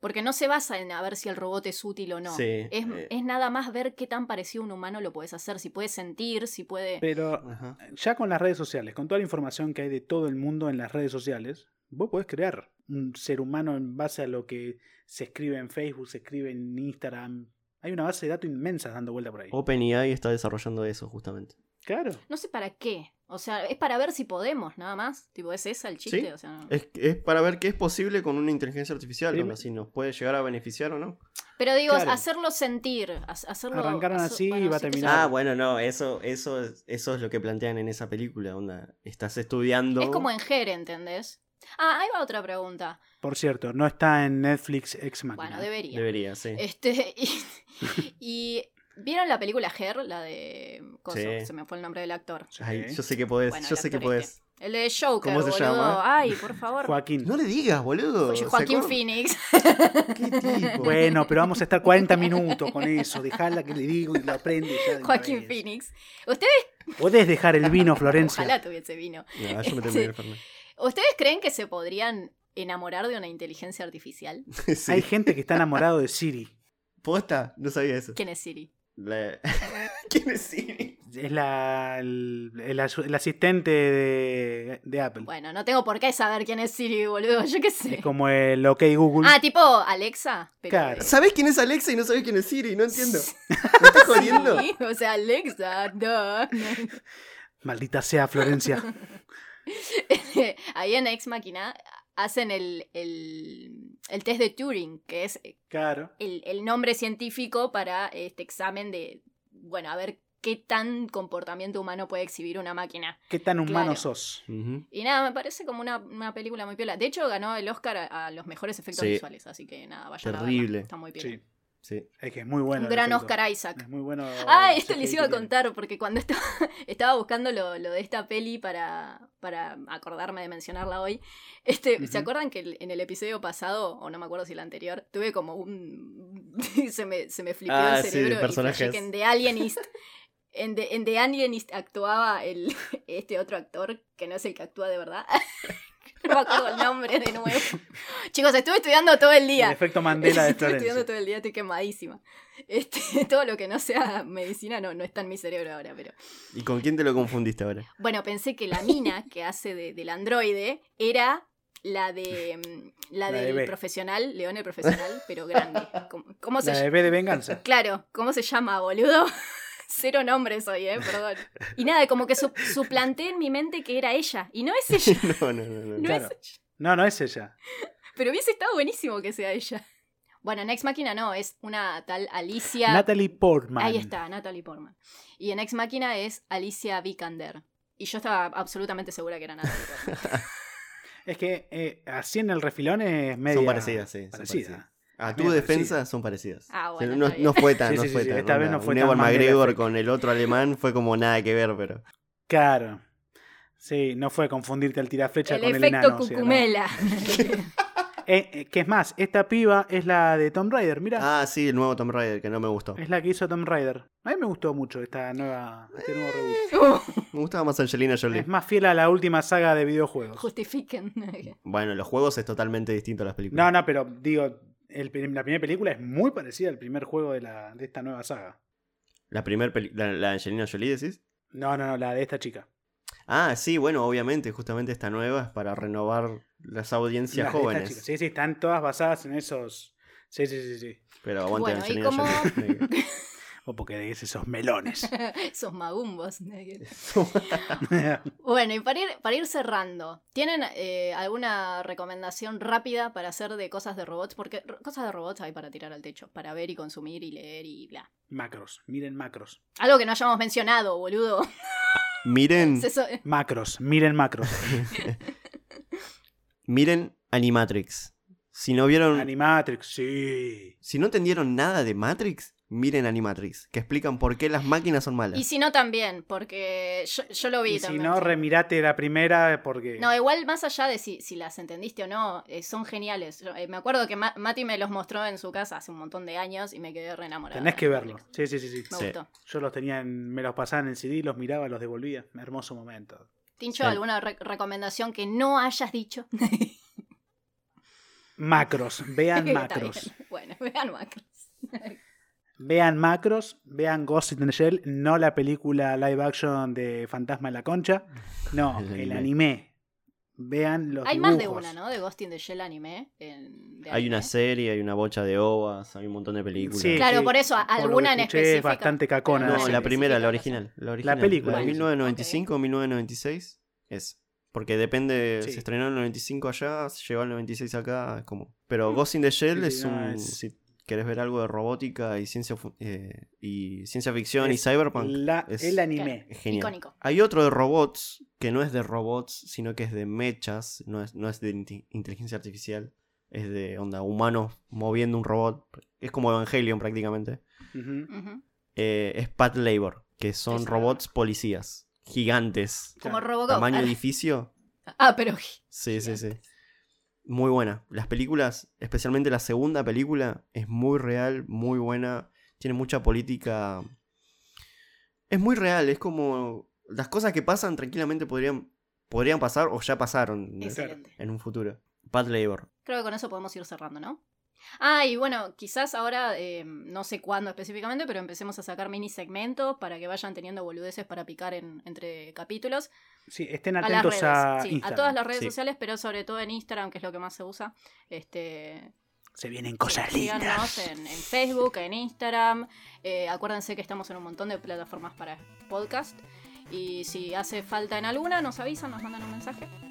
Porque no se basa en a ver si el robot es útil o no.
Sí,
Es,
eh.
es nada más ver qué tan parecido a un humano lo puedes hacer, si puedes sentir, si puede.
Pero
Ajá.
ya con las redes sociales, con toda la información que hay de todo el mundo en las redes sociales, vos podés crear un ser humano en base a lo que se escribe en Facebook, se escribe en Instagram. Hay una base de datos inmensa dando vuelta por ahí.
OpenAI está desarrollando eso justamente.
Claro.
No sé para qué. O sea, es para ver si podemos, nada más. Tipo, es esa el chiste.
Sí.
O sea, no-
Es, es para ver qué es posible con una inteligencia artificial,
Prim-
bueno, si nos puede llegar a beneficiar o no.
Pero digo,
Claro.
hacerlo sentir. ha- Hacerlo,
Arrancaron
hacer-
así y va a
sí que
terminar.
Ah,
sí.
bueno, no, eso, eso, es- eso es lo que plantean en esa película, onda. Estás estudiando.
Es como en Jere, ¿entendés? Ah, ahí va otra pregunta.
Por cierto, no está en Netflix Ex
Ah,
Machina.
Bueno, debería.
Debería, sí.
Este,
[laughs]
[laughs] y, y- ¿Vieron la película Her? La de. mm, coso,
Sí.
Se me fue el nombre del actor.
Sí.
Ay, yo sé que podés,
Bueno,
yo
el
sé que
actor
podés.
El de Joker,
¿Cómo se
boludo.
llama?
Ay, por favor.
Joaquín.
No le digas, boludo. ¿se
Joaquín
acuerda?
Phoenix.
¿Qué tipo?
[laughs]
Bueno, pero vamos a estar 40 minutos con eso. Dejala que le digo y lo aprende. ya de una
[laughs] Joaquín
vez.
Phoenix. Ustedes,
Podés dejar el vino, Florencia.
ojalá tuviese vino.
No, yo me terminé de enfermar.
¿Ustedes creen que se podrían enamorar de una inteligencia artificial?
[laughs] Sí.
Hay gente que está enamorado de Siri.
Posta, no sabía eso.
¿Quién es Siri?
[laughs] La- ¿Quién es Siri?
Es la, el, el asu- el asistente de, de Apple.
Bueno, no tengo por qué saber quién es Siri, boludo. Yo qué sé.
Es como el OK Google.
Ah, tipo Alexa. Pero
Claro.
[laughs]
de-
¿Sabés quién es Alexa y no sabés quién es Siri? No entiendo. ¿Me estás jodiendo?
Sí, o sea, Alexa, duh.
Maldita sea Florencia.
[laughs] Ahí en Ex Machina hacen el, el, el test de Turing, que es
Claro.
el, el nombre científico para este examen de, bueno, a ver qué tan comportamiento humano puede exhibir una máquina.
¿Qué tan humano
Claro.
sos?
[laughs] Ujú.
Y nada, me parece como una, una película muy piola. De hecho, ganó el Oscar a, a los mejores efectos
Sí.
visuales, así que nada, vayan a
Terrible.
verla. Está muy bien.
Sí.
Sí.
Es que es muy bueno.
Un
el
gran
efecto.
Oscar Isaac.
Es muy bueno.
[laughs] Ah,
el
esto les
CGI
iba a
que tiene.
contar, porque cuando estaba, [laughs] estaba buscando lo, lo de esta peli para, para acordarme de mencionarla hoy, este,
Ujú.
¿se acuerdan que el- en el episodio pasado, o no me acuerdo si el anterior, tuve como un... [laughs] se me, se me flipeó
Ah,
el
sí,
cerebro y
personajes.
flashé que en The Alienist... En The, en The Alienist actuaba el, [laughs] este otro actor, que no es el que actúa de verdad. [laughs] no me acuerdo el nombre
[laughs]
de nuevo. Chicos, estuve estudiando todo el día.
El efecto Mandela de
[laughs] Estoy estudiando
Florencia.
todo el día, estoy quemadísima. Este, [laughs] todo lo que no sea medicina no, no está en mi cerebro ahora, pero.
¿Y con quién te lo confundiste [laughs] ahora?
Bueno, pensé que
[laughs]
la mina que hace de- del androide era la de mm, la,
La de
del
B.
profesional, León el profesional,
[laughs]
pero grande. ¿Cómo, cómo se
La de
llama?
B de Venganza.
Claro, ¿cómo se llama, boludo? [laughs] Cero nombres hoy, eh, perdón. Y nada, como que su- suplanté en mi mente que era ella. Y no es
[laughs]
ella.
No, no, no. no.
No
Claro.
es ella.
No, no es
[laughs]
ella.
Pero hubiese estado buenísimo que sea ella. Bueno, Next Máquina no, es una tal Alicia.
Natalie Portman.
Ahí está, Natalie Portman. Y en Ex Máquina es Alicia Vikander. Y yo estaba absolutamente segura que
[laughs]
era Natalie Portman.
Es que eh, así en el refilón es media.
Son parecidas, sí. son
parecida.
parecidas. A
Las
Ah, tu
mías
defensa
parecidas.
son parecidas.
Ah,
O sea,
bueno,
no,
está
no fue tan,
Sí,
no
sí,
fue
sí,
tan.
sí, esta vez
onda,
no fue
un
tan
Ewan
Mandela
McGregor
Effect.
con el otro alemán fue como nada que ver, pero.
Claro. Sí, no fue confundirte al tiraflecha
El
con el
efecto
enano. o sea, no.
cucumela.
Eh, eh, que es más, esta piba es la de Tomb Raider, mira.
Ah, sí, el nuevo Tomb Raider que no me gustó.
Es la que hizo Tomb Raider. A mí me gustó mucho esta nueva, este nuevo reboot.
[laughs]
Me gustaba más Angelina Jolie.
Es más fiel a la última saga de videojuegos.
Uh, Justifiquen.
Bueno, los juegos es totalmente distinto a las películas.
No, no, pero digo, el prim- la primera película es muy parecida al primer juego de, la, de esta nueva saga.
La primera la, la Angelina Jolie decís.
No, no, no, la de esta chica.
Ah, sí, bueno, obviamente, justamente esta nueva es para renovar las audiencias
Las de esta chica.
jóvenes.
Sí, sí, están todas basadas en esos. Sí, sí, sí, sí.
Pero aguante
Bueno, ¿y
Angelina Jolie.
O Oh, porque de esos melones.
Esos magumbos. Bueno, y para ir, para ir cerrando, ¿tienen eh, alguna recomendación rápida para hacer de cosas de robots? Porque r- cosas de robots hay para tirar al techo, para ver y consumir y leer y bla.
[laughs] macros, miren macros.
Algo que no hayamos mencionado, boludo.
[laughs] Miren,
[laughs] Se so-
Macros, miren macros.
miren Animatrix. Si no vieron
Animatrix, sí.
Si no entendieron nada de Matrix, miren Animatrix, que explican por qué las máquinas son malas.
Y si no también, porque yo, yo lo vi
Y si
también.
no,
sí.
remirate la primera porque.
No, igual más allá de si, si las entendiste o no, eh, son geniales. Yo, eh, me acuerdo que Ma- Mati me los mostró en su casa hace un montón de años y me quedé re enamorada.
Tenés
de
que
los
verlo.
cómics.
Sí, sí, sí, sí.
Me
Sí.
gustó.
Yo los tenía en, me los pasaba en el CD, los miraba, los devolvía. Hermoso momento.
Tincho,
Sí.
¿alguna re- recomendación que no hayas dicho? [laughs]
Macros, vean
[laughs] Está
macros.
bien. Bueno, [laughs] vean macros.
Vean macros, vean Ghost in the Shell, no la película live action de Fantasma en la Concha. No,
[laughs] El
el,
anime.
anime. Vean los
Hay más de
dibujos.
una, ¿no? De Ghost in the Shell anime. en- de
Hay
anime.
una serie, hay una bocha de ovas, hay un montón de películas.
Sí,
¿eh? Claro,
sí,
por eso,
por lo que
alguna en
escuché,
específico.
Es bastante cacona.
Pero
No,
sí,
la
sí,
primera,
sí,
la
tenés
original, la original.
película,
La de
sí, sí.
1995, 1996. Es. Porque depende,
Sí.
se estrenó en el 95 allá, se llegó al 96 acá, es como. Pero Ghost in the Shell
Mm. Sí, sí,
es
no,
un.
es-
Si querés ver algo de robótica y ciencia, fu- eh, y ciencia ficción y
Es
cyberpunk.
La-
es-
El anime.
Genial.
Icónico.
Hay otro de robots que no es de robots, sino que es de mechas, no es, no es de inti- inteligencia artificial, es de onda humanos moviendo un robot. Es como Evangelion prácticamente.
Ujú.
Ujú.
Eh, es Pat Labor, que son
Eso.
robots policías, gigantes,
Como
Claro.
Robocop.
tamaño
[laughs]
edificio.
Ah, pero
Sí, sí, sí. Muy buena. Las películas, especialmente la segunda película, es muy real, muy buena. Tiene mucha política. Es muy real, es como. Las cosas que pasan tranquilamente podrían, podrían pasar o ya pasaron ¿no?
excelente.
en un futuro. Pat Labor.
Creo que con eso podemos ir cerrando, ¿no? Ah, y bueno, quizás ahora, eh, no sé cuándo específicamente, pero empecemos a sacar mini segmentos para que vayan teniendo boludeces para picar en- entre capítulos.
Sí, estén
A las
atentos
redes,
a,
sí, a
Instagram.
todas las redes
Sí.
sociales, pero sobre todo en Instagram, que es lo que más se usa. Este, eh,
Se vienen cosas
Síganos
lindas.
en, en Facebook, en Instagram. Eh, acuérdense que estamos en un montón de plataformas para podcast. Y si hace falta en alguna, nos avisan, nos mandan un mensaje.